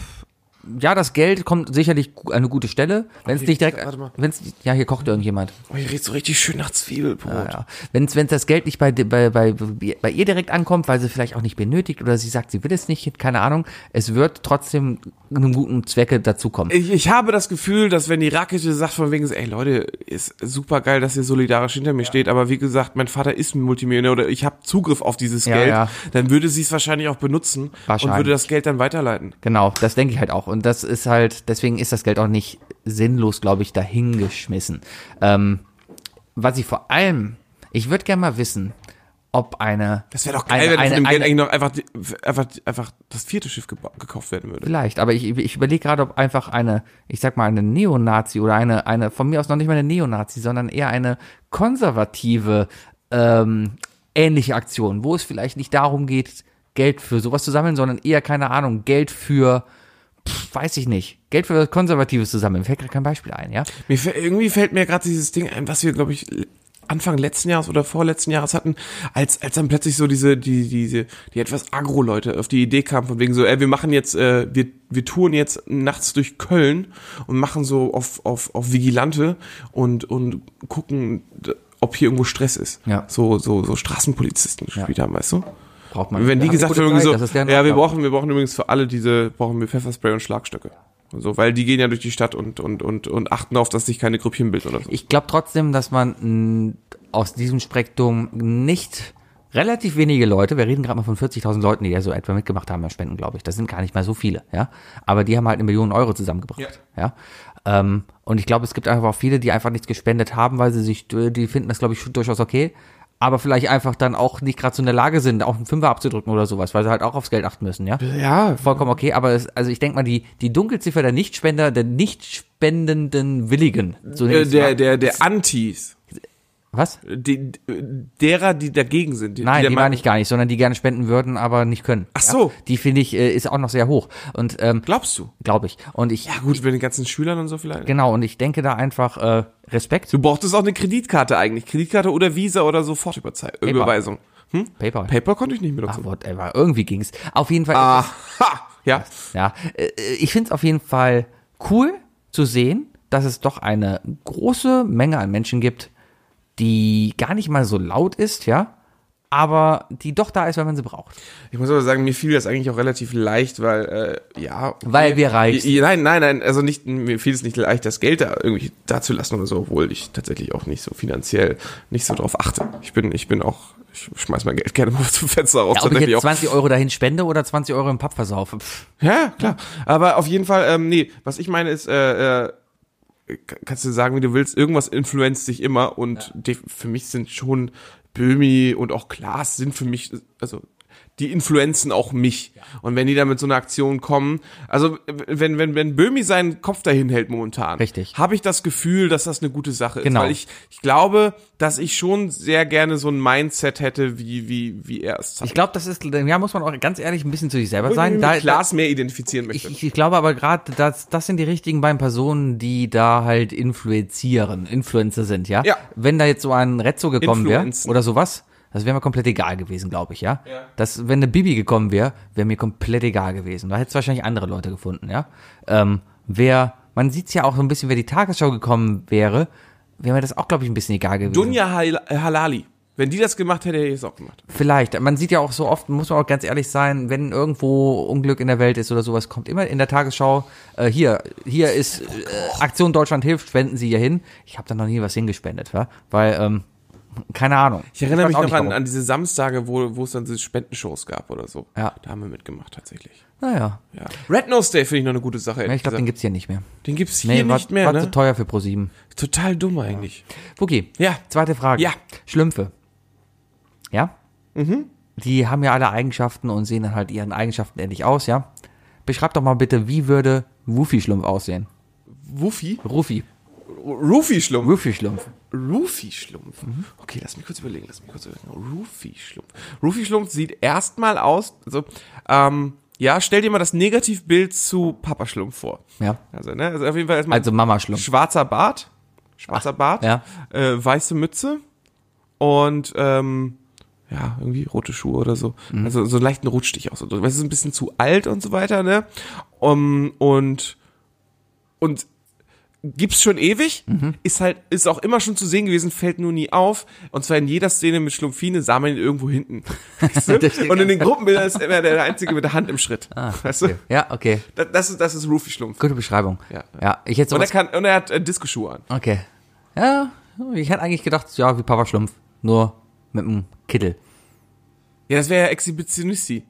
Ja, das Geld kommt sicherlich gu- an eine gute Stelle. Wenn es hier nicht direkt. riecht's- warte mal. Wenn's, ja, hier kocht irgendjemand. Oh, hier riecht so richtig schön nach Zwiebelbrot. Ja. Wenn es das Geld nicht bei, di- bei, bei, bei ihr direkt ankommt, weil sie vielleicht auch nicht benötigt oder sie sagt, sie will es nicht, keine Ahnung, es wird trotzdem einem guten Zwecke dazukommen. Ich, ich habe das Gefühl, dass wenn die Rakete sagt von wegen, ey Leute, ist super geil, dass ihr solidarisch hinter mir steht, aber wie gesagt, mein Vater ist ein Multimillionär oder ich habe Zugriff auf dieses Ja, Geld, ja. dann würde sie es wahrscheinlich auch benutzen Wahrscheinlich. und würde das Geld dann weiterleiten. Genau, das denke ich halt auch. Und das ist halt, deswegen ist das Geld auch nicht sinnlos, glaube ich, dahingeschmissen. Ähm, was ich vor allem, ich würde gerne mal wissen, ob eine. Das wäre doch geil, eine, wenn eine, von dem Geld eine, eigentlich noch einfach, die- einfach, einfach das vierte Schiff geba- gekauft werden würde. Vielleicht, aber ich, ich überlege gerade, ob einfach eine, ich sag mal, eine Neonazi oder eine, eine, von mir aus noch nicht mal eine Neonazi, sondern eher eine konservative ähm, ähnliche Aktion, wo es vielleicht nicht darum geht, Geld für sowas zu sammeln, sondern eher, keine Ahnung, Geld für, pff, weiß ich nicht, Geld für was Konservatives zu sammeln. Mir Fällt gerade kein Beispiel ein, ja? Mir, fä- irgendwie fällt mir gerade dieses Ding ein, was wir, glaube ich, l- Anfang letzten Jahres oder vorletzten Jahres hatten, als, als dann plötzlich so diese, die, diese, die etwas Agro-Leute auf die Idee kamen, von wegen so, ey, wir machen jetzt, äh, wir, wir touren jetzt nachts durch Köln und machen so auf, auf, auf Vigilante und, und gucken, d- ob hier irgendwo Stress ist. Ja. So, so, so Straßenpolizisten gespielt haben, weißt du? Braucht man. Wenn die Haben gesagt gute haben, Zeit, so, das ist deren ja, wir Aufgabe. brauchen, wir brauchen übrigens für alle diese, brauchen wir Pfefferspray und Schlagstöcke. Und so, weil die gehen ja durch die Stadt und, und, und, und achten auf, dass sich keine Grüppchen bilden oder so. Ich glaube trotzdem, dass man mh, aus diesem Spektrum nicht relativ wenige Leute, wir reden gerade mal von 40.000 Leuten, die ja so etwa mitgemacht haben beim Spenden, glaube ich. Das sind gar nicht mal so viele, ja. Aber die haben halt eine Million Euro zusammengebracht, ja. Ähm, und ich glaube, es gibt einfach auch viele, die einfach nichts gespendet haben, weil sie sich, die finden das, glaube ich, schon durchaus okay. Aber vielleicht einfach dann auch nicht gerade so in der Lage sind, auch einen Fünfer abzudrücken oder sowas, weil sie halt auch aufs Geld achten müssen, ja. Ja, vollkommen okay, aber es, also ich denke mal, die, die Dunkelziffer der Nichtspender, der nicht spendenden Willigen. So nenn äh, ich's mal. der, der, der Antis, Was? die, derer, die dagegen sind. Die, Nein, der die meinen- meine ich gar nicht, sondern die gerne spenden würden, aber nicht können. Ach so. Ja? Die finde ich, äh, ist auch noch sehr hoch. Und ähm, Glaubst du? glaube ich. Und ich, Ja, gut, bei den ganzen Schülern und so vielleicht. genau, und ich denke da einfach äh, Respekt. Du brauchtest auch eine Kreditkarte eigentlich. Kreditkarte oder Visa oder Sofortüberweisung. Hm? PayPal. Paper konnte ich nicht Ach, benutzen. whatever. Irgendwie ging's. Auf jeden Fall. ist Ah. es- Aha! Ja. Ja, äh, ich finde es auf jeden Fall cool zu sehen, dass es doch eine große Menge an Menschen gibt, die gar nicht mal so laut ist, ja, aber die doch da ist, wenn man sie braucht. Ich muss aber sagen, mir fiel das eigentlich auch relativ leicht, weil, äh, ja. okay. Weil wir reich sind. I- i- Nein, nein, nein, also nicht, mir fiel es nicht leicht, das Geld da irgendwie dazulassen oder so, obwohl ich tatsächlich auch nicht so finanziell nicht so drauf achte. Ich bin, ich bin auch, ich schmeiß mein Geld gerne mal zum Fenster raus. Ja, ob ich tatsächlich jetzt auch. 20 Euro dahin spende oder 20 Euro im Papp versaufe. Pff. Ja, klar. Aber auf jeden Fall, ähm, nee, was ich meine ist, äh, äh, k- kannst du sagen, wie du willst, irgendwas influenzt dich immer und die, für mich sind schon Böhmi und auch Klaas sind für mich, also die influenzen auch mich. Und wenn die dann mit so einer Aktion kommen, also äh, wenn, wenn, wenn Böhmi seinen Kopf dahin hält momentan, Richtig. habe ich das Gefühl, dass das eine gute Sache Genau. ist. Weil ich, ich glaube, dass ich schon sehr gerne so ein Mindset hätte, wie, wie, wie er es Ich zeigt. glaube, das ist, ja, muss man auch ganz ehrlich ein bisschen zu sich selber Wo sein. mich Da, mit Klaas mehr identifizieren möchte. ich, ich glaube aber gerade, dass das sind die richtigen beiden Personen, die da halt influenzieren, Influencer sind, ja? Ja. Wenn da jetzt so ein Rezzo gekommen wäre Influenzen. oder sowas, das wäre mir komplett egal gewesen, glaube ich, ja? ja. Das, wenn eine Bibi gekommen wäre, wäre mir komplett egal gewesen. Da hättest du wahrscheinlich andere Leute gefunden, ja? Ähm, wer, man sieht's ja auch so ein bisschen, wer die Tagesschau gekommen wäre, wäre mir das auch, glaube ich, ein bisschen egal gewesen. Dunja Hal- Halali. Wenn die das gemacht hätte, hätte ich es auch gemacht. Vielleicht. Man sieht ja auch so oft, muss man auch ganz ehrlich sein, wenn irgendwo Unglück in der Welt ist oder sowas, kommt immer in der Tagesschau, äh, hier, hier Oh ist äh, Aktion Deutschland hilft, spenden Sie hier hin. Ich habe da noch nie was hingespendet, wa? weil, ähm, keine Ahnung. Ich erinnere weiß mich auch noch nicht, an, warum. an diese Samstage, wo, wo es dann diese Spendenshows gab oder so. Ja. Da haben wir mitgemacht tatsächlich. Naja, Ja. Red Nose Day finde ich noch eine gute Sache. ja, ich glaube, den den, gibt's hier nicht mehr. den gibt's Nee, hier war, nicht mehr. war Ne? zu teuer für Pro7. Total dumm eigentlich. Buki, Ja. zweite Frage. Ja. Mhm. Schlümpfe. Ja? Die haben ja alle Eigenschaften und sehen dann halt ihren Eigenschaften ähnlich aus, ja? Beschreib doch mal bitte, wie würde Wufi-Schlumpf aussehen? Wuffi? Rufi. Rufi-Schlumpf. Rufi-Schlumpf. Rufi-Schlumpf. Mhm. Okay, lass mich kurz überlegen, lass mich kurz überlegen. Rufi-Schlumpf. Rufi-Schlumpf sieht erstmal aus, also, ähm, ja, stell dir mal das Negativbild zu Papa Schlumpf vor. Ja. Also, ne, also auf jeden Fall erstmal Also Mama-Schlumpf. schwarzer Bart, schwarzer Bart, ja. äh, weiße Mütze und, ähm, ja, irgendwie rote Schuhe oder so. Mhm. Also so einen leichten Rotstich auch so. Es ist ein bisschen zu alt und so weiter, ne? Um, und, und gibt's schon ewig, Mhm. ist halt, ist auch immer schon zu sehen gewesen, fällt nur nie auf. Und zwar in jeder Szene mit Schlumpfine sah man ihn irgendwo hinten. Weißt Der steht du? Und in ganz- den Gruppenbildern ist er immer der Einzige mit der Hand im Schritt. weißt du? Ja, Ah, okay. Das, das ist, das ist Rufi Schlumpf. Gute Beschreibung. Ja. ja ich hätte Und er sowas, kann, und er hat äh, Disco-Schuhe an. Okay. Ja, ich hätte eigentlich gedacht, ja, wie Papa Schlumpf. Nur mit einem Kittel. Ja, das wäre ja Exhibitionisti.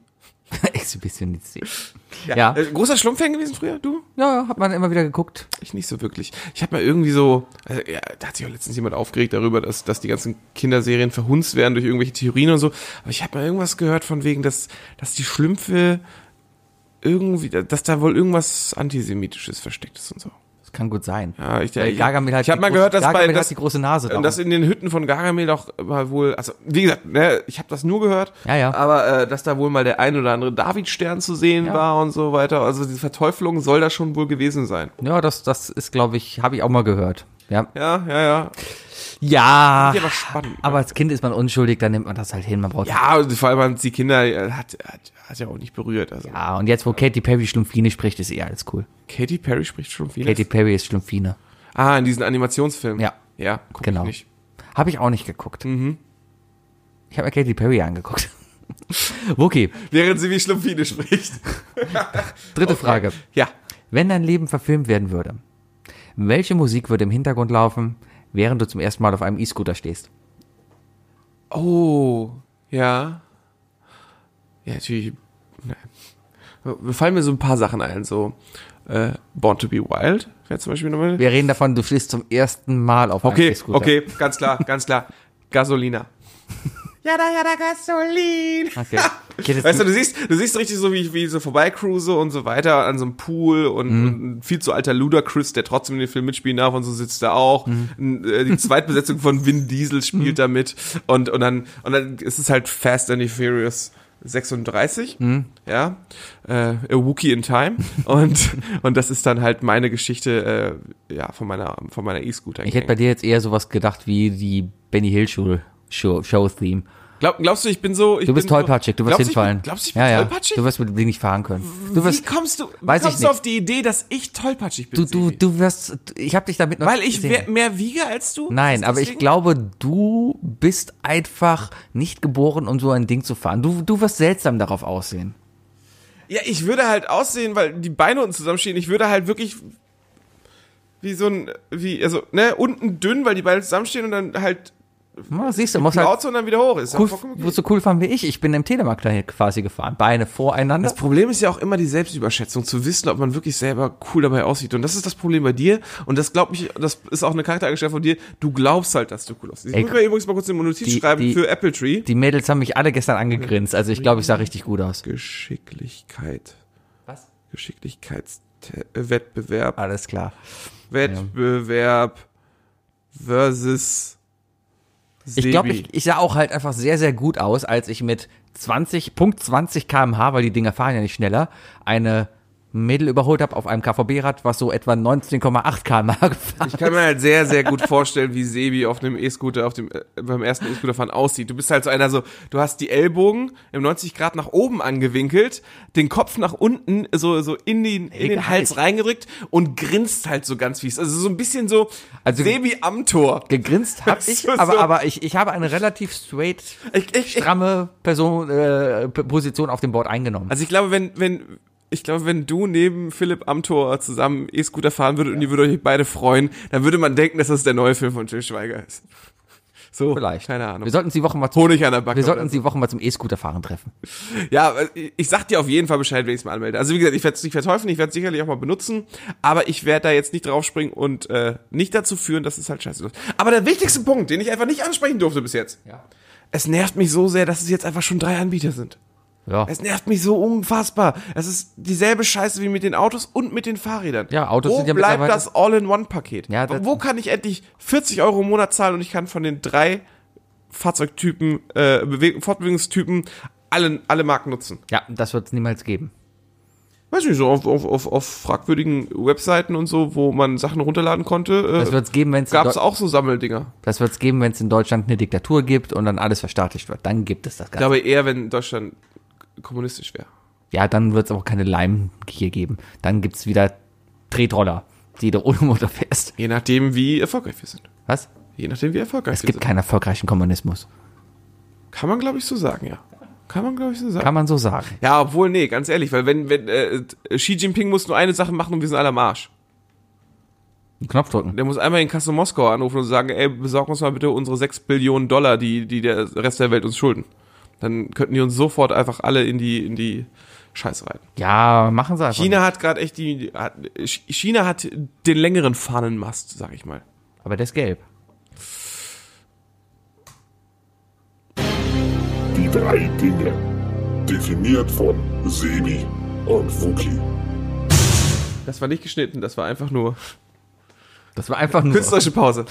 Exhibitionistisch. Ja. Äh, großer Schlumpfan gewesen früher, du? Ja, hat man immer wieder geguckt. Ich nicht so wirklich. Ich habe mal irgendwie so, also, ja, da hat sich auch letztens jemand aufgeregt darüber, dass, dass die ganzen Kinderserien verhunzt werden durch irgendwelche Theorien und so. Aber ich habe mal irgendwas gehört von wegen, dass, dass die Schlümpfe irgendwie, dass da wohl irgendwas Antisemitisches versteckt ist und so. Das kann gut sein. Ja, ich, Weil ich, Gargamel hat ich habe die mal große- gehört, dass bei Gargamel hat dass, die große Nase. und Darum. dass in den Hütten von Gargamel doch mal wohl, also wie gesagt, ne, ich habe das nur gehört, Ja, ja. aber äh, dass da wohl mal der ein oder andere Davidstern zu sehen Ja. war und so weiter. Also diese Verteufelung soll da schon wohl gewesen sein. ja, das, das ist, glaube ich, habe ich auch mal gehört. Ja. Ja, ja, ja. Ja. Ja, aber spannend. Aber als Kind ist man unschuldig, dann nimmt man das halt hin. Man braucht Ja, und vor allem haben die Kinder äh, hat, hat, hat ja auch nicht berührt. Also Ah, und jetzt, wo Katy Perry Schlumpfine spricht, ist eh alles cool. Katy Perry spricht schon viel. Katy Perry ist Schlumpfine. Ah, in diesen Animationsfilmen. Ja. Ja, guck Genau. Ich nicht. Habe ich auch nicht geguckt. Mhm. Ich habe mir Katy Perry angeguckt. Wookie, Während sie wie Schlumpfine spricht. dritte Frage. Ja. Wenn dein Leben verfilmt werden würde, welche Musik würde im Hintergrund laufen, während du zum ersten Mal auf einem E-Scooter stehst? Oh, ja. Ja, natürlich. Ne. Fallen mir so ein paar Sachen ein. So äh, Born to be Wild wäre zum Beispiel nochmal. Wir reden davon, du stehst zum ersten Mal auf einem Okay, E-Scooter. okay, ganz klar, ganz klar. Gasolina. Ja, da, ja, da, Gasolin. okay. Ich hätte Weißt du, jetzt, du siehst, du siehst richtig so, wie ich, wie ich so vorbeicruise und so weiter an so einem Pool und, Mhm. und ein viel zu alter Ludacris, der trotzdem den Film mitspielen darf und so sitzt er auch. Mhm. N- äh, Die Zweitbesetzung von Vin Diesel spielt da mit und, und dann, und dann ist es halt Fast and the Furious 36, Mhm. ja, äh, A Wookie in Time und, und das ist dann halt meine Geschichte, äh, ja, von meiner, von meiner E-Scooter. ich hätte bei dir jetzt eher sowas gedacht wie die Benny Hill Show, Show, Show Theme. Glaub, glaubst du, ich bin so, ich Du bist bin tollpatschig, so, du wirst glaubst hinfallen. Ich bin, glaubst du, ich bin ja, ja. tollpatschig? Du wirst mit dem Ding nicht fahren können. Du wirst, wie kommst du, wie weiß ich kommst du nicht. auf die Idee, dass ich tollpatschig bin? du, du, Sebi? du wirst, ich habe dich damit noch Weil nicht ich gesehen. wer- mehr wiege als du? Nein, Ist aber ich deswegen- glaube, du bist einfach nicht geboren, um so ein Ding zu fahren. Du, du wirst seltsam darauf aussehen. Ja, ich würde halt aussehen, weil die Beine unten zusammenstehen. Ich würde halt wirklich wie so ein, wie, also, ne, unten dünn, weil die Beine zusammenstehen und dann halt Na, siehst du, musst halt Plauze und dann wieder hoch ist. Ja, cool, vollkommen okay. wirst so cool fahren wie ich. Ich bin im Telemark dahin quasi gefahren. Beine voreinander. Das Problem ist ja auch immer die Selbstüberschätzung, zu wissen, ob man wirklich selber cool dabei aussieht. Und das ist das Problem bei dir. Und das glaubt mich, das ist auch eine Charaktereigenschaft von dir. Du glaubst halt, dass du cool aussiehst. Ich Ey, muss mir übrigens mal kurz eine Notiz die- schreiben die- für Apple Tree. Die Mädels haben mich alle gestern angegrinst. Also ich glaube, ich sah richtig gut aus. Geschicklichkeit. Was? Ah, Geschicklichkeitswettbewerb. Alles klar. Wettbewerb versus Sebi. Ich glaube, ich, ich sah auch halt einfach sehr, sehr gut aus, als ich mit 20, Punkt 20 kmh, weil die Dinger fahren ja nicht schneller, eine Mädel überholt habe auf einem KVB-Rad, was so etwa 19,8 kmh gefahren Ich kann mir halt sehr, sehr gut vorstellen, wie Sebi auf einem E-Scooter, auf dem, äh, beim ersten E-Scooterfahren aussieht. Du bist halt so einer so, du hast die Ellbogen im 90 Grad nach oben angewinkelt, den Kopf nach unten, so, so in den, in den Egal. Hals reingedrückt und grinst halt so ganz fies. Also so ein bisschen so Also- Sebi am Tor. Gegrinst habe ich, So, so. aber, aber ich, ich habe eine relativ straight, Ich, ich, ich, stramme Person, äh, P- Position auf dem Board eingenommen. Also ich glaube, wenn, wenn, ich glaube, wenn du neben Philipp Amthor zusammen E-Scooter fahren würdet und ihr würdet euch beide freuen, dann würde man denken, dass das der neue Film von Till Schweiger ist. So, Vielleicht. keine Ahnung. Wir sollten uns die Woche mal zum, Honig an der Backe. wir sollten oder uns die Woche mal zum E-Scooter fahren treffen. so. Ja, ich- ich sag dir auf jeden Fall Bescheid, wenn ich es mal anmelde. Also wie gesagt, ich werde es nicht verteufeln, ich werde es sicherlich auch mal benutzen, aber ich werde da jetzt nicht draufspringen und äh, nicht dazu führen, dass es halt scheiße ist. Aber der wichtigste Punkt, den ich einfach nicht ansprechen durfte bis jetzt. Es nervt mich so sehr, dass es jetzt einfach schon drei Anbieter sind. Ja. Es nervt mich so unfassbar. Es ist dieselbe Scheiße wie mit den Autos und mit den Fahrrädern. Ja, Autos Wo sind ja bleibt mittlerweile- das All-in-One-Paket? Ja, das- Wo kann ich endlich 40 Euro im Monat zahlen und ich kann von den drei Fahrzeugtypen, äh, Bewe- Fortbewegungstypen alle, alle Marken nutzen? Ja, das wird es niemals geben. Weiß nicht, so auf, auf, auf, auf fragwürdigen Webseiten und so, wo man Sachen runterladen Das konnte, wird es geben, wenn es gab es auch so Sammeldinger. Das wird's geben, wenn es in Deutschland eine Diktatur gibt und dann alles verstaatlicht wird. Dann gibt es das Ich Ganze. glaube eher, wenn Deutschland kommunistisch wäre. Ja, dann wird es auch keine Leim hier geben. Dann gibt es wieder Tretroller, die du ohne Motor fährst. Je nachdem, wie erfolgreich wir sind. Was? Je nachdem, wie erfolgreich Es wir gibt sind. keinen erfolgreichen Kommunismus. Kann man, glaube ich, so sagen, ja. Kann man, glaube ich, so sagen. Kann man so sagen. Ja, obwohl, nee, ganz ehrlich, weil wenn, wenn äh, Xi Jinping muss nur eine Sache machen und wir sind alle am Arsch. Einen Knopf drücken. Der muss einmal in Kassel Moskau anrufen und sagen, ey, besorg uns mal bitte unsere 6 Billionen Dollar, die, die der Rest der Welt uns schulden. Dann könnten die uns sofort einfach alle in die, in die Scheiße reiten. Ja, machen sie einfach. China hat gerade echt die, hat, Ch- China hat den längeren Fahnenmast, sag ich mal. nicht. Aber der ist gelb. Die drei Dinge. Definiert von Sebi und Fuki. Das war nicht geschnitten, das war einfach nur Das war einfach nur. künstlerische Pause.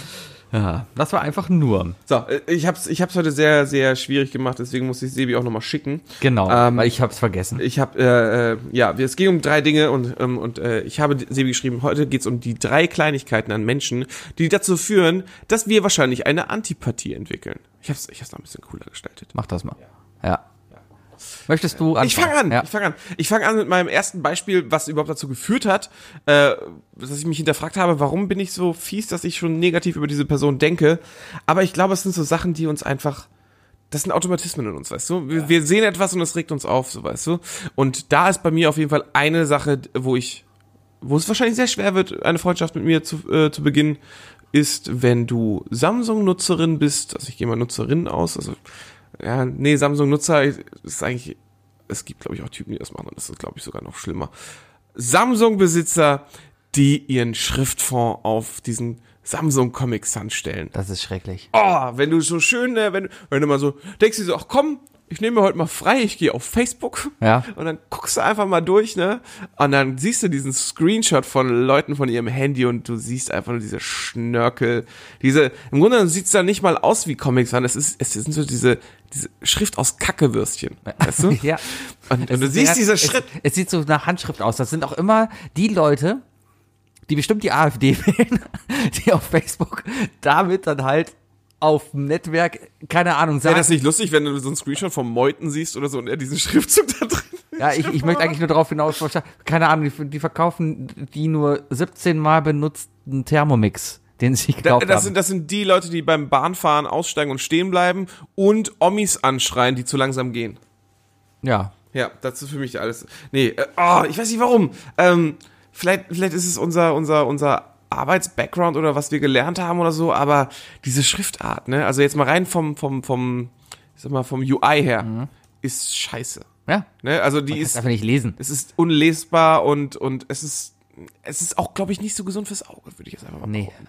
Ja, das war einfach nur. So, äh, ich hab's, ich hab's heute sehr, sehr schwierig gemacht, deswegen muss ich Sebi auch nochmal schicken. Genau, Ähm, weil ich hab's vergessen. Ich habe, äh, äh, ja, es ging um drei Dinge und, ähm, und äh, ich habe Sebi geschrieben, heute geht's um die drei Kleinigkeiten an Menschen, die dazu führen, dass wir wahrscheinlich eine Antipathie entwickeln. Ich hab's, ich hab's noch ein bisschen cooler gestaltet. Mach das mal. Ja. Möchtest du anfangen? Ich fange an, Ja. ich fange an. Ich fange an mit meinem ersten Beispiel, was überhaupt dazu geführt hat, äh, dass ich mich hinterfragt habe, warum bin ich so fies, dass ich schon negativ über diese Person denke. Aber ich glaube, es sind so Sachen, die uns einfach. Das sind Automatismen in uns, weißt du? Wir, wir sehen etwas und es regt uns auf, so weißt du? Und da ist bei mir auf jeden Fall eine Sache, wo ich, wo es wahrscheinlich sehr schwer wird, eine Freundschaft mit mir zu, äh, zu beginnen, ist, wenn du Samsung-Nutzerin bist, also ich gehe mal Nutzerin aus, also ja, nee, Samsung-Nutzer ist eigentlich es gibt, glaube ich, auch Typen, die das machen. Und das ist, glaube ich, sogar noch schlimmer. Samsung-Besitzer, die ihren Schriftfond auf diesen Samsung Comic Sun stellen. Das ist schrecklich. Oh, wenn du so schön, äh, wenn, wenn du mal so denkst, du so, ach komm, ich nehme mir heute mal frei, ich gehe auf Facebook. Ja. Und dann guckst du einfach mal durch, ne? Und dann siehst du diesen Screenshot von Leuten von ihrem Handy und du siehst einfach nur diese Schnörkel. Diese, im Grunde sieht's dann nicht mal aus wie Comics, sondern es ist, es sind so diese, diese Schrift aus Kackewürstchen. Weißt du? Ja. Und, und du Es siehst hat- diese Schritt. Es, es sieht so nach Handschrift aus. Das sind auch immer die Leute, die bestimmt die AfD wählen, die auf Facebook damit dann halt auf dem Netzwerk, keine Ahnung, Wäre sagen. das nicht lustig, wenn du so einen Screenshot vom Meuten siehst oder so und er diesen Schriftzug da drin Ja, ich, ich möchte eigentlich nur darauf hinaus, keine Ahnung, die, die verkaufen die nur 17 Mal benutzten Thermomix, den sie Da, gekauft das, haben. sind, das sind die Leute, die beim Bahnfahren aussteigen und stehen bleiben und Omis anschreien, die zu langsam gehen. ja. Ja, das ist für mich alles. Nee, äh, oh, ich weiß nicht warum. Ähm, vielleicht, vielleicht ist es unser, unser, unser Arbeitsbackground oder was wir gelernt haben oder so, aber diese Schriftart, ne? Also jetzt mal rein vom, vom, vom, ich sag mal, vom UI her, ist scheiße. Ja. Ne? Also die Ist ist. Mhm. einfach nicht lesen. Es ist unlesbar und, und es ist. Es ist auch, glaube ich, nicht so gesund fürs Auge, würde ich jetzt einfach mal Nee. behaupten.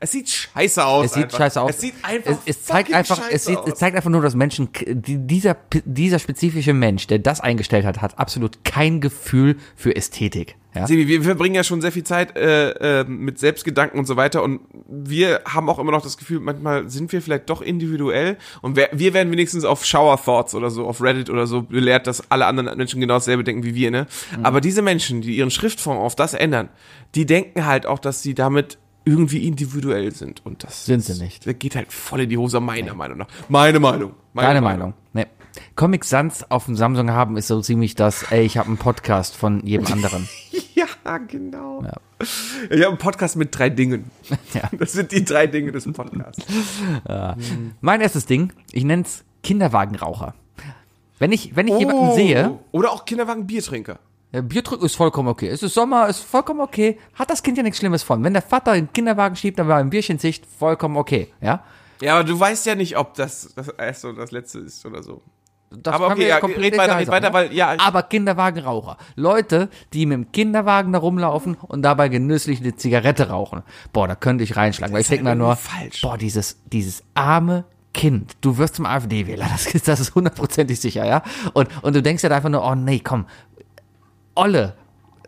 Es sieht scheiße aus. Es sieht einfach. scheiße aus. Es sieht einfach. Es, es zeigt fucking einfach, scheiße es, sieht, aus. es zeigt einfach nur, dass Menschen k- die- dieser dieser spezifische Mensch, der das eingestellt hat, hat absolut kein Gefühl für Ästhetik. Ja? Sebi, wir verbringen ja schon sehr viel Zeit äh, äh, mit Selbstgedanken und so weiter und wir haben auch immer noch das Gefühl, manchmal sind wir vielleicht doch individuell und wer, wir werden wenigstens auf Shower Thoughts oder so, auf Reddit oder so belehrt, dass alle anderen Menschen genau dasselbe denken wie wir, ne? Mhm. Aber diese Menschen, die ihren Schriftform auf das ändern, die denken halt auch, dass sie damit irgendwie individuell sind und das Sind sie nicht. Das geht halt voll in die Hose, meiner Meinung nach. Meine Meinung. Meine Deine Meinung. Nee. Comic Sans auf dem Samsung haben ist so ziemlich das, ey, ich habe einen Podcast von jedem anderen. Ja, genau. Ich habe einen Podcast mit drei Dingen. Ja. Das sind die drei Dinge des Podcasts. mein erstes Ding, ich nenne es Kinderwagenraucher. Wenn ich, wenn ich jemanden Oh. sehe, Oder auch Kinderwagen Biertrinker. ja, Bierdrück ist vollkommen okay. Es ist Sommer, ist vollkommen okay. Hat das Kind ja nichts Schlimmes von. Wenn der Vater einen Kinderwagen schiebt, dann war ein Bierchen sicht, vollkommen okay. Ja? Ja, aber du weißt ja nicht, ob das das erste und das letzte ist oder so. Das Aber kann okay, mir ja, komplett red weiter, egal red sein, weiter, ne? weil, ja, ich- Aber Kinderwagenraucher. Leute, die mit dem Kinderwagen da rumlaufen und dabei genüsslich eine Zigarette rauchen. Boah, da könnte ich reinschlagen, weil ich denke mir halt nur, irgendwie falsch. boah, dieses, dieses arme Kind, du wirst zum AfD-Wähler, das, ist- das ist hundertprozentig sicher, ja? Und, und du denkst ja halt einfach nur, oh nee, komm, Olle,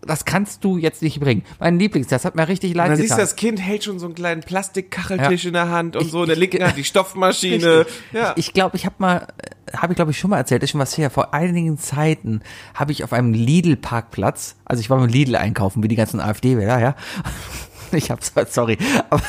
das kannst du jetzt nicht bringen. Mein Lieblings, das hat mir richtig leid Und dann getan. siehst du, das Kind hält schon so einen kleinen Plastikkacheltisch Ja. in der Hand und Ich- so, in der ich- linken Hand die Stoffmaschine. Ja. Ich glaube, ich habe mal, habe ich glaube ich schon mal erzählt, ist schon was her. Vor einigen Zeiten habe ich auf einem Lidl-Parkplatz, also ich war mit Lidl einkaufen, wie die ganzen AfD-Wähler, ja. Ich hab's, sorry. Aber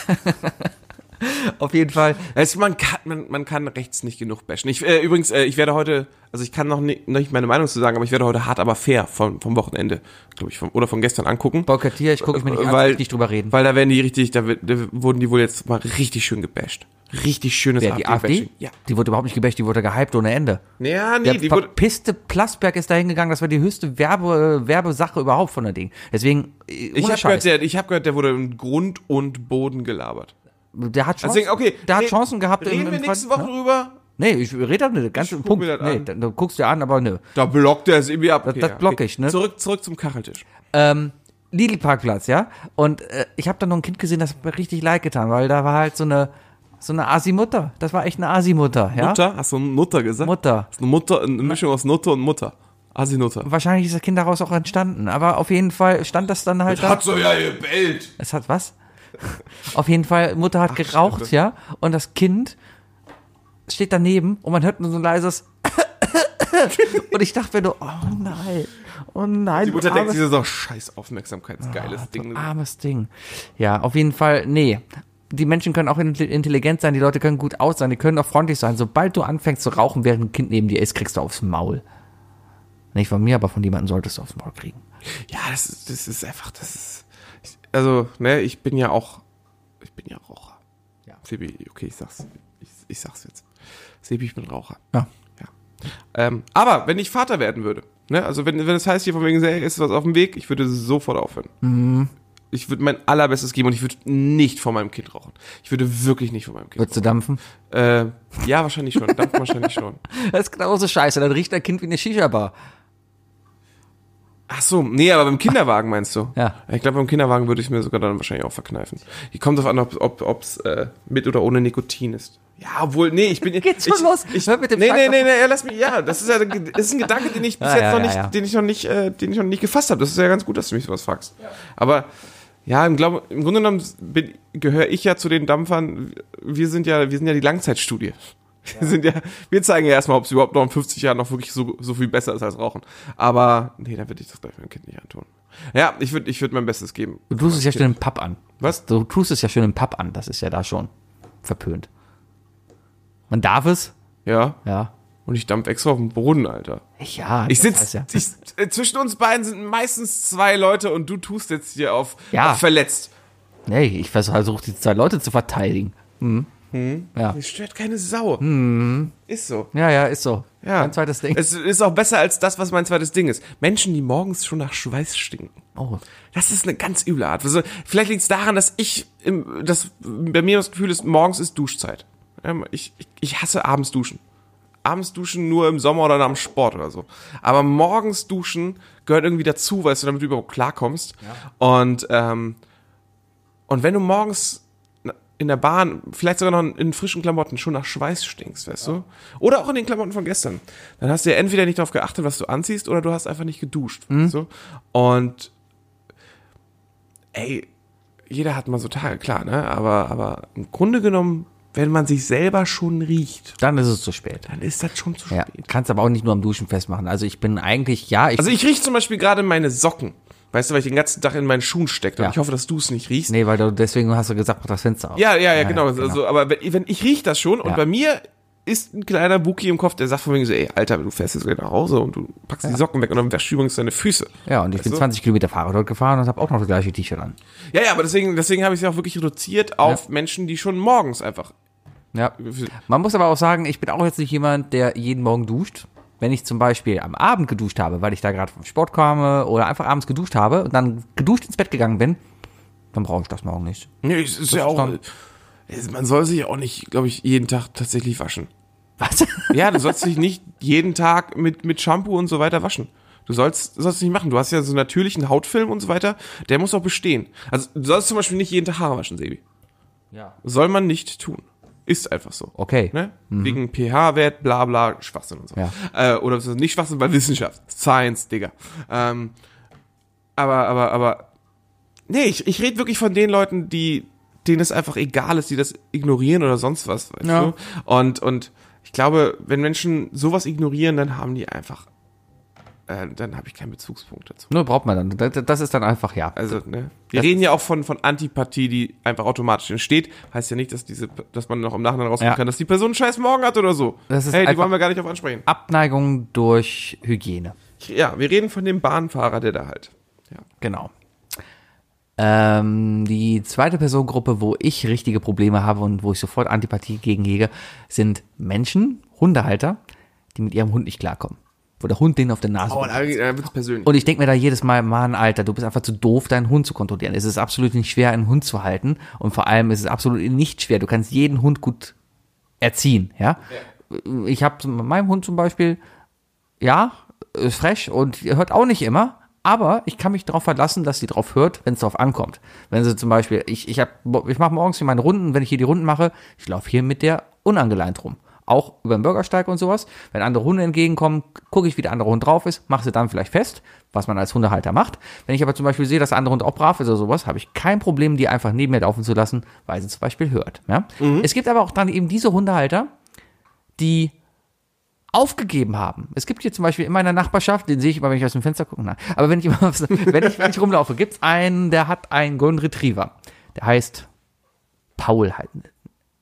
auf jeden Fall, Also man kann man, man kann rechts nicht genug bashen. Ich, äh, übrigens, äh, ich werde heute, also ich kann noch nicht, noch nicht meine Meinung zu sagen, aber ich werde heute hart aber fair vom, vom Wochenende, glaube ich, vom, oder von gestern angucken. Boykottier, ich gucke mich mir nicht an, Weil- ich will nicht drüber reden. Weil da werden die richtig, da, wird- da wurden die wohl jetzt mal richtig schön gebasht. Richtig schönes Wer, die AfD? AfD-Bashing. Ja. Die wurde überhaupt nicht gebasht, die wurde gehypt ohne Ende. Ja, nee, Der die wurde, verpisste Plasberg ist da hingegangen, das war die höchste Werbe, äh, Werbesache überhaupt von der Ding. Deswegen, äh, ich ohne habe gehört, Scheiß. der, ich hab gehört, der wurde im Grund und Boden gelabert. der hat Chancen, Deswegen, okay. der hat nee, Chancen gehabt. im- Reden im wir nächste Ver- Woche Ne? drüber. Nee, ich rede da nicht. Ganz Ich guck Punkt. mir das Nee, an. dann, dann guckst du dir an, aber nö. Da blockt er es irgendwie ab. Okay, das ja, block okay. ich, ne? Zurück, zurück zum Kacheltisch. Ähm, Lidl-Parkplatz, ja? Und äh, ich habe dann noch ein Kind gesehen, das hat mir richtig leid getan, weil da war halt so eine, so eine Asi-Mutter. Das war echt eine Asi-Mutter, ja? Mutter? Hast du Mutter gesagt? Mutter. Ist eine Mutter, eine Mischung aus Nutte und Mutter. Asinutter. Wahrscheinlich ist das Kind daraus auch entstanden, aber auf jeden Fall stand das dann halt da. so ja gebellt. Es hat was? auf jeden Fall, Mutter hat geraucht, ja? Und das Kind steht daneben und man hört nur so ein leises. und ich dachte mir nur, oh nein, oh nein. Die Mutter du denkt armes sich so, scheiß Aufmerksamkeitsgeiles Ah, Ding. Armes Ding. Ja, auf jeden Fall, nee. Die Menschen können auch intelli- intelligent sein, die Leute können gut aus sein, die können auch freundlich sein. Sobald du anfängst zu rauchen, während ein Kind neben dir ist, kriegst du aufs Maul. Nicht von mir, aber von jemandem solltest du aufs Maul kriegen. Ja, das ist, das ist einfach, das ist, ich, also, ne, ich bin ja auch, ich bin ja Raucher. Ja. Sebi, okay, ich sag's, ich, ich sag's jetzt. Sebi, ich bin Raucher. Ja. Ja. Ähm, aber wenn ich Vater werden würde, ne, also wenn, wenn es heißt hier von wegen, hey, ist was auf dem Weg, ich würde sofort aufhören. Ich würde mein allerbestes geben und ich würde nicht vor meinem Kind rauchen. Ich würde wirklich nicht vor meinem Kind. Würdest du dampfen? Äh, ja, wahrscheinlich schon. Dampf wahrscheinlich schon. Das ist genauso scheiße, dann riecht dein Kind wie eine Shisha-Bar. Ach so, nee, aber beim Kinderwagen meinst du? Ja. Ich glaube, beim Kinderwagen würde ich mir sogar dann wahrscheinlich auch verkneifen. Ich komme drauf an, ob ob, ob's, äh, mit oder ohne Nikotin ist. Ja, obwohl, nee, ich bin Geht's schon ich, los? Ich, Hör mit dem nee, nee, Scheiß nee, nee, lass mich, ja, das ist ja das ist ein Gedanke, den ich bis Ja, jetzt Ah, noch ja, ja, nicht, ja. den ich noch nicht, äh, den ich noch nicht gefasst habe. Das ist ja ganz gut, dass du mich sowas fragst. Aber ja, im, Glaube, im Grunde genommen bin- gehöre ich ja zu den Dampfern. Wir sind ja, wir sind ja die Langzeitstudie. Wir sind ja, wir zeigen ja erstmal, ob es überhaupt noch in 50 Jahren noch wirklich so, so viel besser ist als Rauchen. Aber nee, da würde ich das gleich meinem Kind nicht antun. Ja, ich würde ich würd mein Bestes geben. Du tust es ja schön im Papp an. Was? Du tust es ja schön im Papp an, das ist ja da schon verpönt. Man darf es? Ja. Ja. Und ich dampf extra auf den Boden, Alter. Ja, Ich das heißt sitze. ja. Äh, zwischen uns beiden sind meistens zwei Leute und du tust jetzt hier auf, Ja. auf verletzt. Nee, ich versuche die zwei Leute zu verteidigen. Es stört keine Sau. Mhm. Ist so. Ja, ja, ist so. Ja. Mein zweites Ding. Es ist auch besser als das, was mein zweites Ding ist. Menschen, die morgens schon nach Schweiß stinken. oh. Das ist eine ganz üble Art. Also, vielleicht liegt es daran, dass ich, im, dass bei mir das Gefühl ist, morgens ist Duschzeit. Ähm, Ich, ich, ich hasse abends duschen. Abends duschen nur im Sommer oder nach dem Sport oder so. Aber morgens duschen gehört irgendwie dazu, weißt du, damit du überhaupt klarkommst. Und, ähm, und wenn du morgens in der Bahn, vielleicht sogar noch in frischen Klamotten, schon nach Schweiß stinkst, weißt du? Oder auch in den Klamotten von gestern. Dann hast du ja entweder nicht darauf geachtet, was du anziehst, oder du hast einfach nicht geduscht, weißt du? Und ey, jeder hat mal so Tage, klar, ne? Aber, aber im Grunde genommen, wenn man sich selber schon riecht, Dann ist es zu spät. dann ist das schon zu Ja, spät. kannst aber auch nicht nur am Duschen festmachen. Also ich bin eigentlich, ja, ich, Also ich rieche zum Beispiel gerade meine Socken. Weißt du, weil ich den ganzen Tag in meinen Schuhen stecke. Ja. Und ich hoffe, dass du es nicht riechst. nee, weil du, deswegen hast du gesagt, mach das Fenster auf. Ja, ja, ja, genau. Also, aber wenn, wenn ich riech das schon und Ja. bei mir ist ein kleiner Buki im Kopf, der sagt von wegen so, ey, Alter, du fährst jetzt gleich nach Hause und du packst die Socken weg und dann wäschst du übrigens deine Füße. Ja, und ich bin Weißt du? 20 Kilometer Fahrrad gefahren und habe auch noch das gleiche T-Shirt an. Ja, ja, aber deswegen, deswegen habe ich es ja auch wirklich reduziert auf Menschen, die schon morgens einfach. Ja. Man muss aber auch sagen, ich bin auch jetzt nicht jemand, der jeden Morgen duscht. Wenn ich zum Beispiel am Abend geduscht habe, weil ich da gerade vom Sport komme oder einfach abends geduscht habe und dann geduscht ins Bett gegangen bin, dann brauche ich das morgen nicht. Nee, es ist ja ist auch. dann- es- Man soll sich auch nicht, glaube ich, jeden Tag tatsächlich waschen. Was? Ja, du sollst dich nicht jeden Tag mit, mit Shampoo und so weiter waschen. Du sollst, sollst nicht machen. Du hast ja so einen natürlichen Hautfilm und so weiter. Der muss auch bestehen. Also, du sollst zum Beispiel nicht jeden Tag Haare waschen, Sebi. Ja. Soll man nicht tun. Ist einfach so. Okay. Mhm. Ne? Wegen pH-Wert, bla bla, Schwachsinn und so. Ja. Äh, oder beziehungsweise nicht Schwachsinn, weil Wissenschaft. Science, Digga. Ähm, aber, aber, aber. Nee, ich, ich rede wirklich von den Leuten, die, denen es einfach egal ist, die das ignorieren oder sonst was, weißt Ja. du? Und, und ich glaube, wenn Menschen sowas ignorieren, dann haben die einfach. Äh, dann habe ich keinen Bezugspunkt dazu. Nur braucht man dann. Das- Das ist dann einfach, ja. Also, ne? Wir reden ja auch von, von Antipathie, die einfach automatisch entsteht. Heißt ja nicht, dass diese, dass man noch im Nachhinein rausfinden Ja. kann, dass die Person einen scheiß Morgen hat oder so. Das ist hey, die einfach- wollen wir gar nicht auf ansprechen. Abneigung durch Hygiene. Ich- Ja, wir reden von dem Bahnfahrer, der da halt. Genau. Ähm, die zweite Personengruppe, wo ich richtige Probleme habe und wo ich sofort Antipathie gegen hege, sind Menschen, Hundehalter, die mit ihrem Hund nicht klarkommen. Wo der Hund denen auf der Nase Oh, rumtanzt. da, wird's persönlich. Und ich denke mir da jedes Mal, Mann, Alter, du bist einfach zu doof, deinen Hund zu kontrollieren. Es ist absolut nicht schwer, einen Hund zu halten. Und vor allem ist es absolut nicht schwer. Du kannst jeden Hund gut erziehen, ja. Ich habe mit meinem Hund zum Beispiel, ja, ist frech und hört auch nicht immer. Aber ich kann mich darauf verlassen, dass sie drauf hört, wenn es drauf ankommt. Wenn sie zum Beispiel, ich, ich, hab- ich mache morgens hier meine Runden, wenn ich hier die Runden mache, ich laufe hier mit der unangeleint rum. Auch über den Bürgersteig und sowas. Wenn andere Hunde entgegenkommen, gucke ich, wie der andere Hund drauf ist, mache sie dann vielleicht fest, was man als Hundehalter macht. Wenn ich aber zum Beispiel sehe, dass der andere Hund auch brav ist oder sowas, habe ich kein Problem, die einfach neben mir laufen zu lassen, weil sie zum Beispiel hört. Ja? Es gibt aber auch dann eben diese Hundehalter, die aufgegeben haben. Es gibt hier zum Beispiel in meiner Nachbarschaft, den sehe ich immer, wenn ich aus dem Fenster gucke. Nein. Aber wenn ich, immer aufs- wenn ich, wenn ich rumlaufe, gibt es einen, der hat einen Golden Retriever. Der heißt Paul. halt.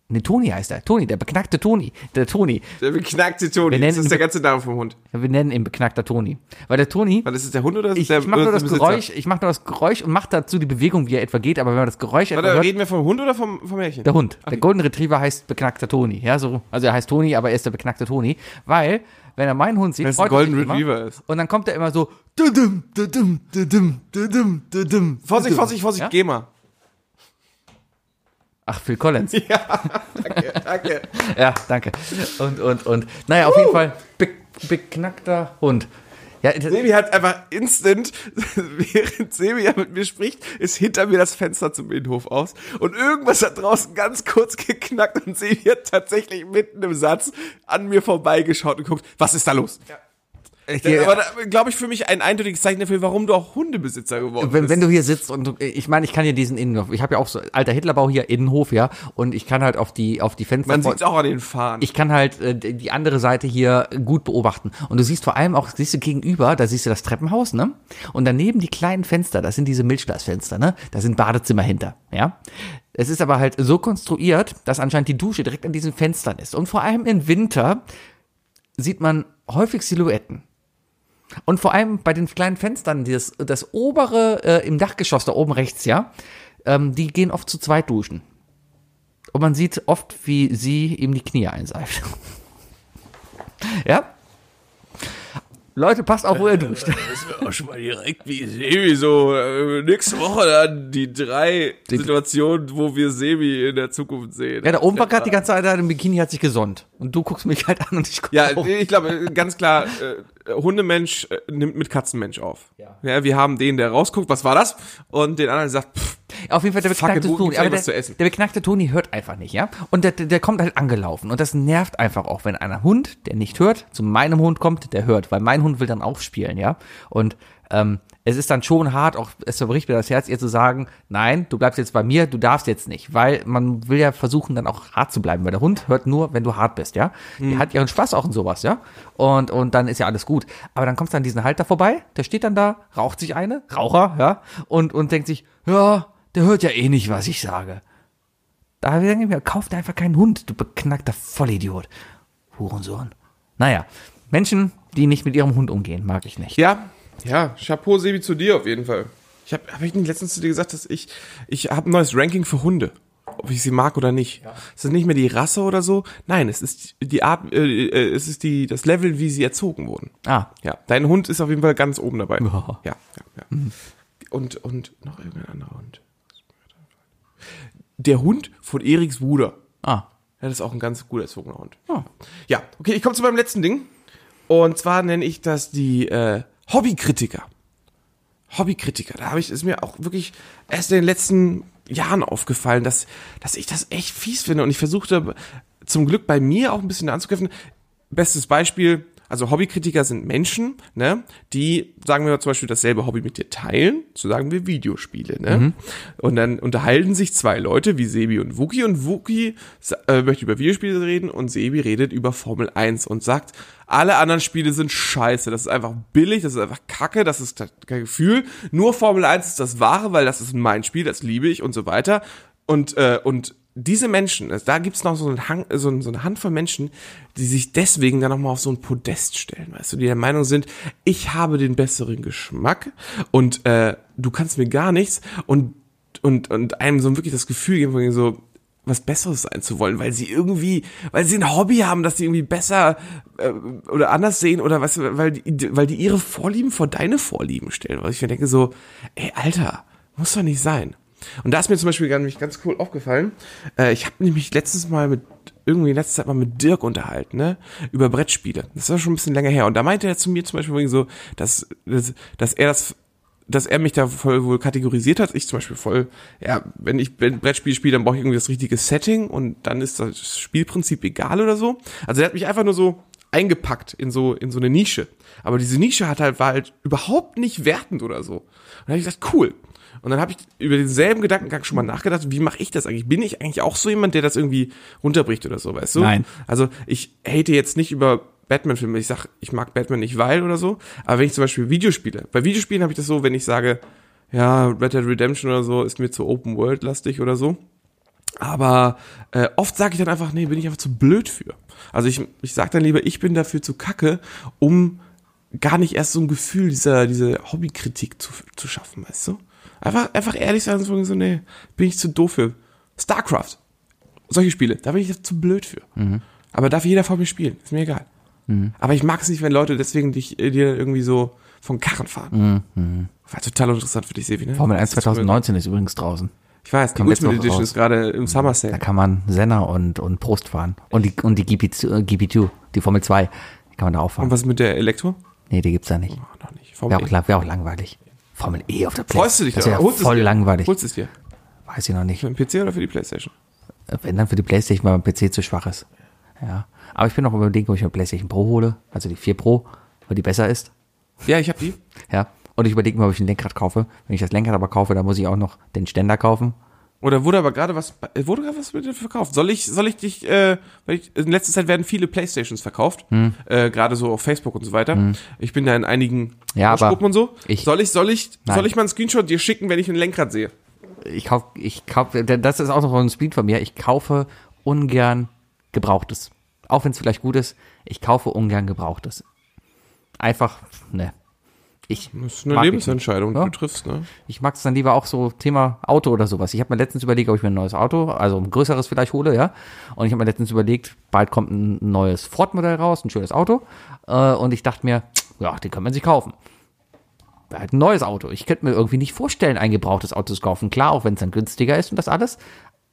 Ne, Toni heißt er. Toni, der beknackte Toni. Der Toni. Der beknackte Toni. Wir Das nennen- ist der ganze Name vom Hund. Wir nennen ihn beknackter Toni. Weil der Toni Weil das ist der Hund oder ist ich, der ich mache nur oder ist das der Besitzer? Geräusch, ich mache nur das Geräusch und mache dazu die Bewegung, wie er etwa geht, aber wenn man das Geräusch etwa Warte, hört, reden wir vom Hund oder vom, vom Märchen? der Hund. Der Golden Retriever heißt beknackter Toni, ja, so, also er heißt Toni, aber er ist der beknackte Toni, weil wenn er meinen Hund sieht, Weil's ein freut er sich Golden immer. Retriever ist. Und dann kommt er immer so dudum, dudum, dudum, dudum, dudum. Vorsicht, Vorsicht, Vorsicht, Ja? geh mal. Ach, Phil Collins. Danke. ja, danke. Und und und naja, auf jeden Fall be beknackter Hund. Ja, das- Sebi hat einfach instant, während Sebi ja mit mir spricht, ist hinter mir das Fenster zum Innenhof aus und irgendwas hat draußen ganz kurz geknackt und Sebi hat tatsächlich mitten im Satz an mir vorbeigeschaut und geguckt, was ist da los? Äh, ich- Aber glaube ich für mich ein eindeutiges Zeichen dafür, warum du auch Hundebesitzer geworden wenn, bist. wenn du hier sitzt und du, ich meine, ich kann hier diesen Innenhof, ich habe ja auch so alter Hitlerbau hier Innenhof, ja, und ich kann halt auf die auf die Fenster Man sieht es auch an den Fahnen. ich kann halt äh, d- die andere Seite hier gut beobachten. Und du siehst vor allem auch, siehst du gegenüber, da siehst du das Treppenhaus, ne? Und daneben die kleinen Fenster, das sind diese Milchglasfenster, ne? Da sind Badezimmer hinter, ja? Es ist aber halt so konstruiert, dass anscheinend die Dusche direkt an diesen Fenstern ist. Und vor allem im Winter sieht man häufig Silhouetten. Und vor allem bei den kleinen Fenstern, das, das obere äh, im Dachgeschoss da oben rechts, ja, ähm, die gehen oft zu zweit duschen. Und man sieht oft, wie sie ihm die Knie einseift. ja? Leute, passt auf, wo ihr duscht. auch schon mal direkt wie Sebi so äh, nächste Woche dann die drei Situationen, wo wir Sebi in der Zukunft sehen. Ja, der Obenpack hat die ganze Zeit einen Bikini, hat sich gesonnt. Und du guckst mich halt an und ich guck Ja, auch. ich glaube, ganz klar, äh, Hundemensch äh, nimmt mit Katzenmensch auf. Ja. Wir haben den, der rausguckt, was war das? Und den anderen sagt, pff, Auf jeden Fall der Fuck it, beknackte wo Toni. gibt's Aber denn der, was zu essen? der beknackte Toni hört einfach nicht, ja? Und der, der kommt halt angelaufen. Und das nervt einfach auch, wenn einer Hund, der nicht hört, zu meinem Hund kommt, der hört. Weil mein Hund will dann auch spielen, ja? Und ähm, es ist dann schon hart, auch es zerbricht mir das Herz, ihr zu sagen, nein, du bleibst jetzt bei mir, du darfst jetzt nicht. Weil man will ja versuchen, dann auch hart zu bleiben. Weil der Hund hört nur, wenn du hart bist, ja? Die hat ihren Spaß auch in sowas, ja? Und, und dann ist ja alles gut. Aber dann kommst du an diesen Halter vorbei, der steht dann da, raucht sich eine, Raucher, ja? Und, und denkt sich, ja, der hört ja eh nicht, was ich sage. Da denke ich mir, kauf dir einfach keinen Hund, du beknackter Vollidiot. Hurensohn. Naja, Menschen, die nicht mit ihrem Hund umgehen, mag ich nicht. ja, ja, Chapeau Sebi zu dir auf jeden Fall. Ich habe hab ich nicht letztens zu dir gesagt, dass ich, ich habe ein neues Ranking für Hunde. Ob ich sie mag oder nicht. Es ist nicht mehr die Rasse oder so. Nein, es ist die Art, äh, äh, es ist die, das Level, wie sie erzogen wurden. Ah, Ja, dein Hund ist auf jeden Fall ganz oben dabei. Ja. Ja, Mhm. ja, ja. Und, und noch irgendein anderer Hund. Der Hund von Eriks Bruder. ah. Ja, das ist auch ein ganz gut erzogener Hund. Ja, okay, ich komme zu meinem letzten Ding. Und zwar nenne ich das die äh, Hobbykritiker. Hobbykritiker. Da habe ich, ist mir auch wirklich erst in den letzten Jahren aufgefallen, dass, dass ich das echt fies finde. Und ich versuchte zum Glück bei mir auch ein bisschen anzugreifen. Bestes Beispiel, also Hobbykritiker sind Menschen, ne, die, sagen wir mal zum Beispiel, dasselbe Hobby mit dir teilen, so sagen wir Videospiele, ne? Und dann unterhalten sich zwei Leute wie Sebi und Wuki und Wuki sa- äh, möchte über Videospiele reden und Sebi redet über Formel 1 und sagt, alle anderen Spiele sind scheiße, das ist einfach billig, das ist einfach kacke, das ist kein Gefühl. Nur Formel 1 ist das Wahre, weil das ist mein Spiel, das liebe ich und so weiter. Und, äh, und diese Menschen, also da gibt's noch so, einen Hang, so, ein- so eine Handvoll Menschen, die sich deswegen dann nochmal auf so ein Podest stellen, weißt du, die der Meinung sind, ich habe den besseren Geschmack und äh, du kannst mir gar nichts und, und, und einem so wirklich das Gefühl geben, von wegen so was Besseres sein zu wollen, weil sie irgendwie, weil sie ein Hobby haben, dass sie irgendwie besser äh, oder anders sehen oder was, weil die, weil die ihre Vorlieben vor deine Vorlieben stellen. Weil ich mir denke so, ey, Alter, muss doch nicht sein. Und da ist mir zum Beispiel gar- nämlich ganz cool aufgefallen, äh, ich habe nämlich letztes Mal mit, irgendwie in letzter Zeit mal mit Dirk unterhalten, ne, über Brettspiele. Das war schon ein bisschen länger her. Und da meinte er zu mir zum Beispiel übrigens so, dass, dass, dass er das dass er mich da voll wohl kategorisiert hat. Ich zum Beispiel voll, ja, wenn ich wenn Brettspiel spiele, dann brauche ich irgendwie das richtige Setting und dann ist das Spielprinzip egal oder so. Also er hat mich einfach nur so eingepackt in so in so eine Nische. Aber diese Nische hat halt war halt überhaupt nicht wertend oder so. Und da habe ich gedacht, cool. Und dann habe ich über denselben Gedankengang schon mal nachgedacht, wie mache ich das eigentlich? Bin ich eigentlich auch so jemand, der das irgendwie runterbricht oder so, weißt du? Nein. Also ich hate jetzt nicht über Batman-Filme. Ich sag, ich mag Batman nicht weil oder so. Aber wenn ich zum Beispiel Videospiele, bei Videospielen habe ich das so, wenn ich sage, ja, Red Dead Redemption oder so ist mir zu Open World lastig oder so. Aber äh, oft sage ich dann einfach, nee, bin ich einfach zu blöd für. Also ich, ich sage dann lieber, ich bin dafür zu kacke, um gar nicht erst so ein Gefühl dieser, dieser Hobbykritik zu, zu schaffen, weißt du? Einfach, einfach ehrlich sein und sagen so, nee, bin ich zu doof für. StarCraft, solche Spiele, da bin ich zu blöd für. Mhm. Aber darf jeder vor mir spielen, ist mir egal. Aber ich mag es nicht, wenn Leute deswegen dich, äh, dir irgendwie so vom Karren fahren. Mhm. War total interessant für dich, Sevi, ne? Formel 1 Das ist mir- 2019 ist übrigens draußen. Ich weiß, die Kommt jetzt Ultimate noch Edition raus. ist gerade im Summer Sale. Da kann man Senna und, und Prost fahren. Und die, und die GP2, äh, GP2, die Formel 2, die kann man da auch Und fahren. was mit der Elektro? Nee, die gibt's da nicht. Ah, noch nicht. Formel Wäre auch, E. lang- wäre auch langweilig. Formel E auf der Playstation. Freust du dich Das wäre darüber? Holst du es voll dir? langweilig. Holst du es dir? Weiß ich noch nicht. Für den PC oder für die Playstation? Wenn dann für die Playstation, weil mein PC zu schwach ist. Ja. Aber ich bin auch überlegen, ob ich mir Playstation Pro hole. Also die 4 Pro, weil die besser ist. Ja, ich hab die. Ja. Und ich überlege mir, ob ich ein Lenkrad kaufe. Wenn ich das Lenkrad aber kaufe, dann muss ich auch noch den Ständer kaufen. Oder wurde aber gerade was, äh, wurde gerade was mit dir verkauft? Soll ich, soll ich dich, äh, weil ich, in letzter Zeit werden viele Playstations verkauft, Hm. äh, gerade so auf Facebook und so weiter. Ich bin da in einigen Ja, aber Gruppen und so. ich- soll ich, soll ich, Nein. soll ich mal einen Screenshot dir schicken, wenn ich ein Lenkrad sehe? Ich kaufe, ich kaufe, das ist auch noch ein Speed von mir. Ich kaufe ungern Gebrauchtes. Auch wenn es vielleicht gut ist, ich kaufe ungern Gebrauchtes. Einfach, ne. Ich Das ist eine mag ich nicht. Lebensentscheidung, die Ja. du triffst, ne? Ich mag es dann lieber auch so Thema Auto oder sowas. Ich habe mir letztens überlegt, ob ich mir ein neues Auto, also ein größeres vielleicht hole, ja. Und ich habe mir letztens überlegt, bald kommt ein neues Ford-Modell raus, ein schönes Auto. Äh, und ich dachte mir, ja, den kann man sich kaufen. Wäre Halt ein neues Auto. Ich könnte mir irgendwie nicht vorstellen, ein gebrauchtes Auto zu kaufen. Klar, auch wenn es dann günstiger ist und das alles.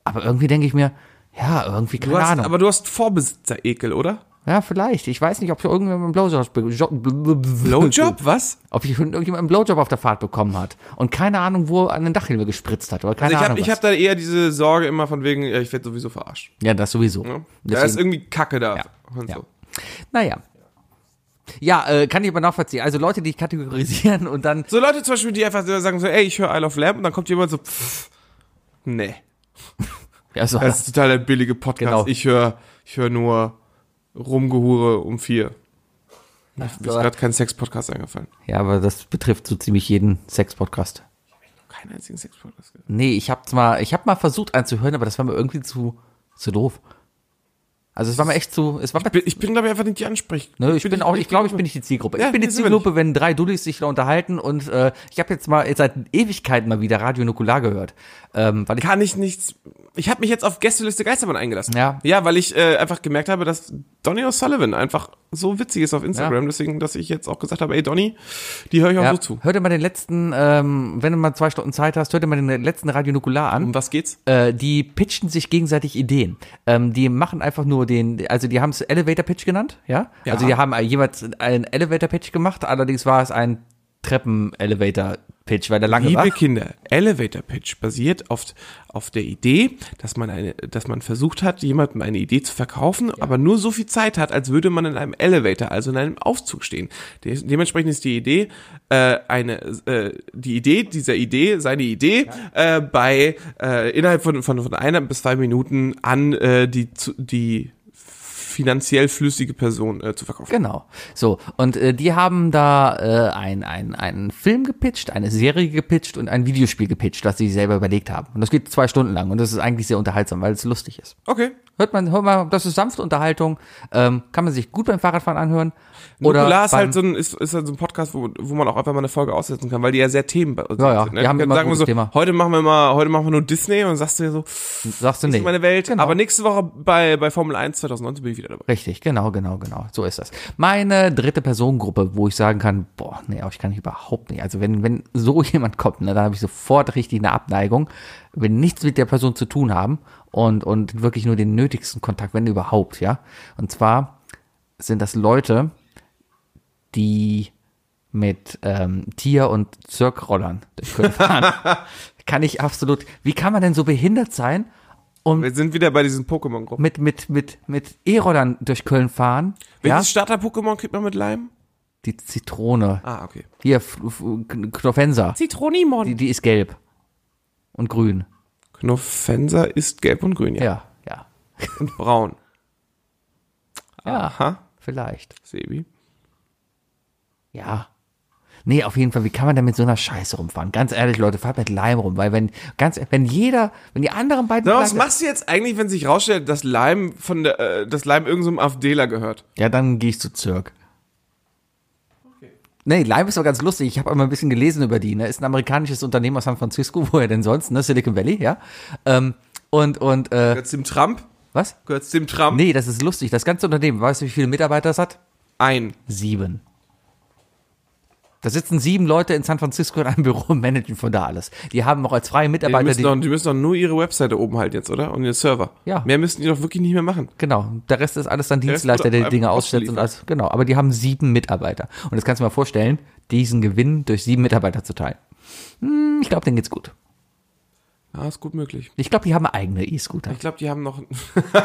Aber irgendwie denke ich mir, ja, irgendwie keine Du hast, Ahnung. aber du hast Vorbesitzer-Ekel, oder? ja, vielleicht. Ich weiß nicht, ob ich irgendjemand einen Blowjob, Blowjob? Blowjob? Was? Also ob ich von irgendjemandem einen Blowjob auf der Fahrt bekommen hat und keine Ahnung, wo er einen Dachhimmel gespritzt hat oder Also keine ich Ahnung. habe ich was. hab da eher diese Sorge immer von wegen, ja, ich werde sowieso verarscht. ja, das sowieso. Ne? Da ist Deswegen, irgendwie Kacke da. Ja. Und Ja. so. naja. Ja, äh, kann ich aber nachvollziehen. Also Leute, die ich kategorisieren und dann, so Leute zum Beispiel, die einfach so sagen so, ey, ich höre Isle of Lamb und dann kommt jemand so, pff, nee, ja, so, das ist total der billige Podcast. Genau. Ich höre ich hör nur Rumgehure um vier. Mir ist so. gerade kein Sex-Podcast eingefallen. ja, aber das betrifft so ziemlich jeden Sex-Podcast. Keinen einzigen Sex-Podcast. gehört. Nee, ich hab's mal, ich hab mal versucht anzuhören, aber das war mir irgendwie zu, zu doof. Also es war mir echt zu, es war mir, Bin- Ich bin, glaube ich, einfach nicht die Ansprech. ne, ich bin, auch, ich glaube, ich bin nicht die Zielgruppe. Ja, ich bin die nee, sind wir Zielgruppe, wenn drei Dullis sich da unterhalten und äh, ich habe jetzt mal jetzt seit Ewigkeiten mal wieder Radio Nukular gehört, ähm, weil ich Kann ich nichts. Ich habe mich jetzt auf Gästeliste Geistermann eingelassen. Ja. Ja, weil ich äh, einfach gemerkt habe, dass Donny O'Sullivan einfach so witzig ist auf Instagram. Ja. Deswegen, dass ich jetzt auch gesagt habe, ey Donny, die höre ich auch Ja, so zu. Hör dir mal den letzten, ähm, wenn du mal zwei Stunden Zeit hast, hör dir mal den letzten Radio Nukular an. Um was geht's? Äh, die pitchen sich gegenseitig Ideen. Ähm, die machen einfach nur den, also die haben es Elevator Pitch genannt, ja? Ja. Also die haben äh, jeweils einen Elevator Pitch gemacht, allerdings war es ein Treppen-Elevator Pitch, weil der lange Liebe war. Kinder, Elevator Pitch basiert oft auf der Idee, dass man eine, dass man versucht hat, jemandem eine Idee zu verkaufen, aber nur so viel Zeit hat, als würde man in einem Elevator, also in einem Aufzug stehen. De dementsprechend ist die Idee äh, eine, äh, die Idee dieser Idee, seine Idee äh, bei äh, innerhalb von, von von einer bis zwei Minuten an äh, die zu- die finanziell flüssige Person äh, zu verkaufen. Genau. So, und äh, die haben da äh, ein, ein, einen Film gepitcht, eine Serie gepitcht und ein Videospiel gepitcht, was sie sich selber überlegt haben. Und das geht zwei Stunden lang und das ist eigentlich sehr unterhaltsam, weil es lustig ist. Okay. Hört man, hört mal, das ist sanfte Unterhaltung, ähm, kann man sich gut beim Fahrradfahren anhören. Oder Nukular ist beim- halt so ein, ist, ist halt so ein Podcast, wo, wo man auch einfach mal eine Folge aussetzen kann, weil die ja sehr Themen ne? Ja, ja, die haben immer ein sagen wir gutes so, Thema. heute machen wir mal, heute machen wir nur Disney und sagst du dir so, sagst du ist nee. meine Welt. Genau. Aber nächste Woche bei, bei Formel 1 2019 bin ich wieder dabei. Richtig, genau, genau, genau. So ist das. Meine dritte Personengruppe, wo ich sagen kann, boah, nee, aber ich kann überhaupt nicht. Also wenn, wenn so jemand kommt, ne, dann habe ich sofort richtig eine Abneigung, will nichts mit der Person zu tun haben und, und wirklich nur den nötigsten Kontakt, wenn überhaupt, ja. Und zwar sind das Leute, die mit ähm, Tier- und Zirkrollern durch Köln fahren. kann ich absolut, wie kann man denn so behindert sein und Wir sind wieder bei diesen Pokémon-Gruppen. mit, mit, mit, mit E-Rollern durch Köln fahren. Ja? Welches Starter-Pokémon kriegt man mit Leim? Die Zitrone. Ah, okay. Hier, F- F- Kn- Knofenser. Zitronimon. Die, die ist gelb. Und grün. Knofensa ist gelb und grün, ja. Ja, ja. Und braun. Ja, Aha, vielleicht. Sebi. Ja. Nee, auf jeden Fall, wie kann man denn mit so einer Scheiße rumfahren? Ganz ehrlich, Leute, fahrt mit Leim rum, weil wenn, ganz, wenn jeder, wenn die anderen beiden. So, was Platten- machst du jetzt eigentlich, wenn sich rausstellt, dass Leim von der, äh, dass Leim irgendeinem AfDler gehört? Ja, dann gehe ich zu Zirk. Nee, Lime ist doch ganz lustig. Ich habe einmal ein bisschen gelesen über die. Ne? Ist ein amerikanisches Unternehmen aus San Francisco, woher denn sonst? Ne? Silicon Valley, ja. Ähm, und, und, äh, Gehört's dem Trump? was? Gehört's dem Trump? Nee, das ist lustig. Das ganze Unternehmen, weißt du, wie viele Mitarbeiter es hat? Ein. Sieben. Da sitzen sieben Leute in San Francisco in einem Büro und managen von da alles. Die haben auch als freie Die Mitarbeiter, müssen, die, doch, die müssen doch nur ihre Webseite oben halten jetzt, oder? Und ihren Server. Ja. Mehr müssen die doch wirklich nicht mehr machen. genau, der Rest ist alles dann Rest Dienstleister, wird der die Dinge einfach ausstellt und ausgeliefert. alles. Genau, aber die haben sieben Mitarbeiter. Und das kannst du dir mal vorstellen, diesen Gewinn durch sieben Mitarbeiter zu teilen. Hm, ich glaube, denen geht's gut. Ah, ist gut möglich. Ich glaube, die haben eigene E-Scooter. Ich glaube, die haben noch.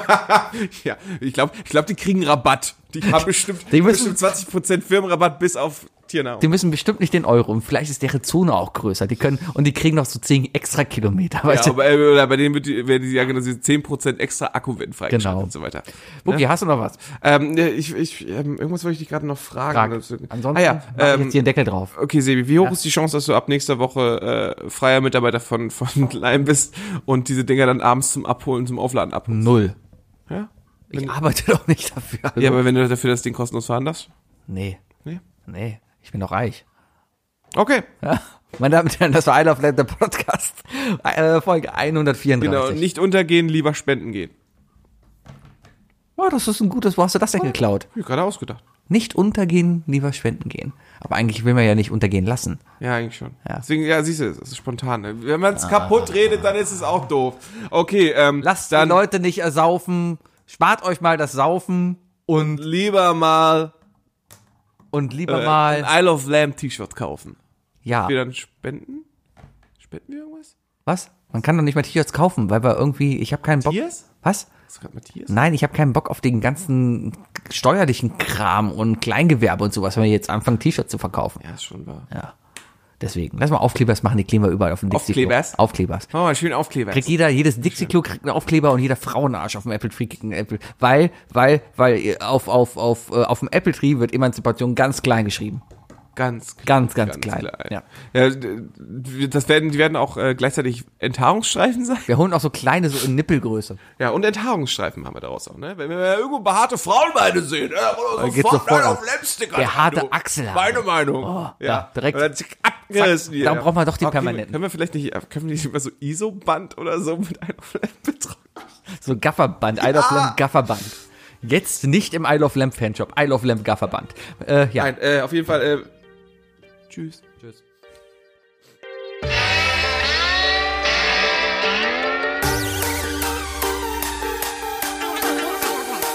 ja, ich glaube, ich glaub, die kriegen Rabatt. Die haben bestimmt, Die müssen- bestimmt 20% Firmenrabatt bis auf Tiernahrung. Die müssen bestimmt nicht den Euro und vielleicht ist deren Zone auch größer. Die können, und die kriegen noch so zehn extra Kilometer. Weißt ja, du? aber äh, oder bei denen wird die, werden die sagen, dass sie 10% extra Akku werden freigeschaltet Genau. und so weiter. Ne? Buki, hast du noch was? Ähm, ne, ich, ich, ähm, irgendwas wollte ich dich gerade noch fragen. Frag. Oder so. Ansonsten ah, ja, mach ich ähm, jetzt hier einen Deckel drauf. Okay, Sebi, wie hoch ist die Chance, dass du ab nächster Woche äh, freier Mitarbeiter von, von Lime bist und diese Dinger dann abends zum Abholen, zum Aufladen abholst? Null. Ja? Ich arbeite doch nicht dafür. Also, ja, aber wenn du dafür das Ding kostenlos fahren darfst? nee. Nee? Nee, ich bin doch reich. Okay, Ja. Meine Damen und Herren, das war I Love Land, der Podcast. Äh, Folge 134. genau. Nicht untergehen, lieber spenden gehen. oh, das ist ein gutes, wo hast du Oh. das denn geklaut? Hab ich gerade ausgedacht. Nicht untergehen, lieber spenden gehen. Aber eigentlich will man ja nicht untergehen lassen. Ja, eigentlich schon. Ja. Ah. Deswegen, ja, siehst du, es ist spontan. Ne? Wenn man es kaputt redet, dann ist es auch doof. Okay, ähm, Lasst dann die Leute nicht ersaufen. Spart euch mal das Saufen und lieber mal, und lieber äh, mal. ein Isle of Lamb T-Shirt kaufen. Ja. Wir dann spenden? Spenden wir irgendwas? Was? Man kann doch nicht mal T-Shirts kaufen, weil wir irgendwie, ich habe keinen Bock. Matthias? Was? Ist gerade Matthias? Nein, ich habe keinen Bock auf den ganzen steuerlichen Kram und Kleingewerbe und sowas, wenn wir jetzt anfangen, T-Shirts zu verkaufen. Ja, ist schon wahr. Deswegen, lass mal Aufklebers machen, die kleben wir überall auf dem Dixie-Klo. Aufklebers? Aufklebers. Oh, schön Aufkleber. Kriegt jeder, jedes Dixie-Klo kriegt einen Aufkleber und jeder Frauenarsch auf dem Apple-Tree kriegt einen Apple. Weil, weil, weil äh, auf, auf, auf, äh, auf dem Apple-Tree wird Emanzipation ganz klein geschrieben. Ganz klein. Ganz, ganz, klein. Ja. Ja, d- das werden, die werden auch äh, gleichzeitig Enthaarungsstreifen sein. Wir holen auch so kleine, so in Nippelgröße. Ja, und Enthaarungsstreifen haben wir daraus auch, ne? Wenn wir irgendwo behaarte Frauenbeine sehen, ne? ja, dann geht's sofort auf. Lapstick Der harte Achselham. Meine Meinung. ja, direkt. Oder zick, abgerissen hier. Darum brauchen wir doch die Oh, können permanenten. Können wir vielleicht nicht, äh, können wir nicht immer so ISO-Band oder so mit einem betrachten? So ein Gafferband, Isle of Lamp Gafferband. Jetzt nicht im Isle of Lamp Fanshop, Isle of Lamp Gafferband. Äh, ja. Nein, äh, auf jeden Fall, äh, tschüss. Thank you.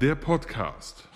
Der Podcast.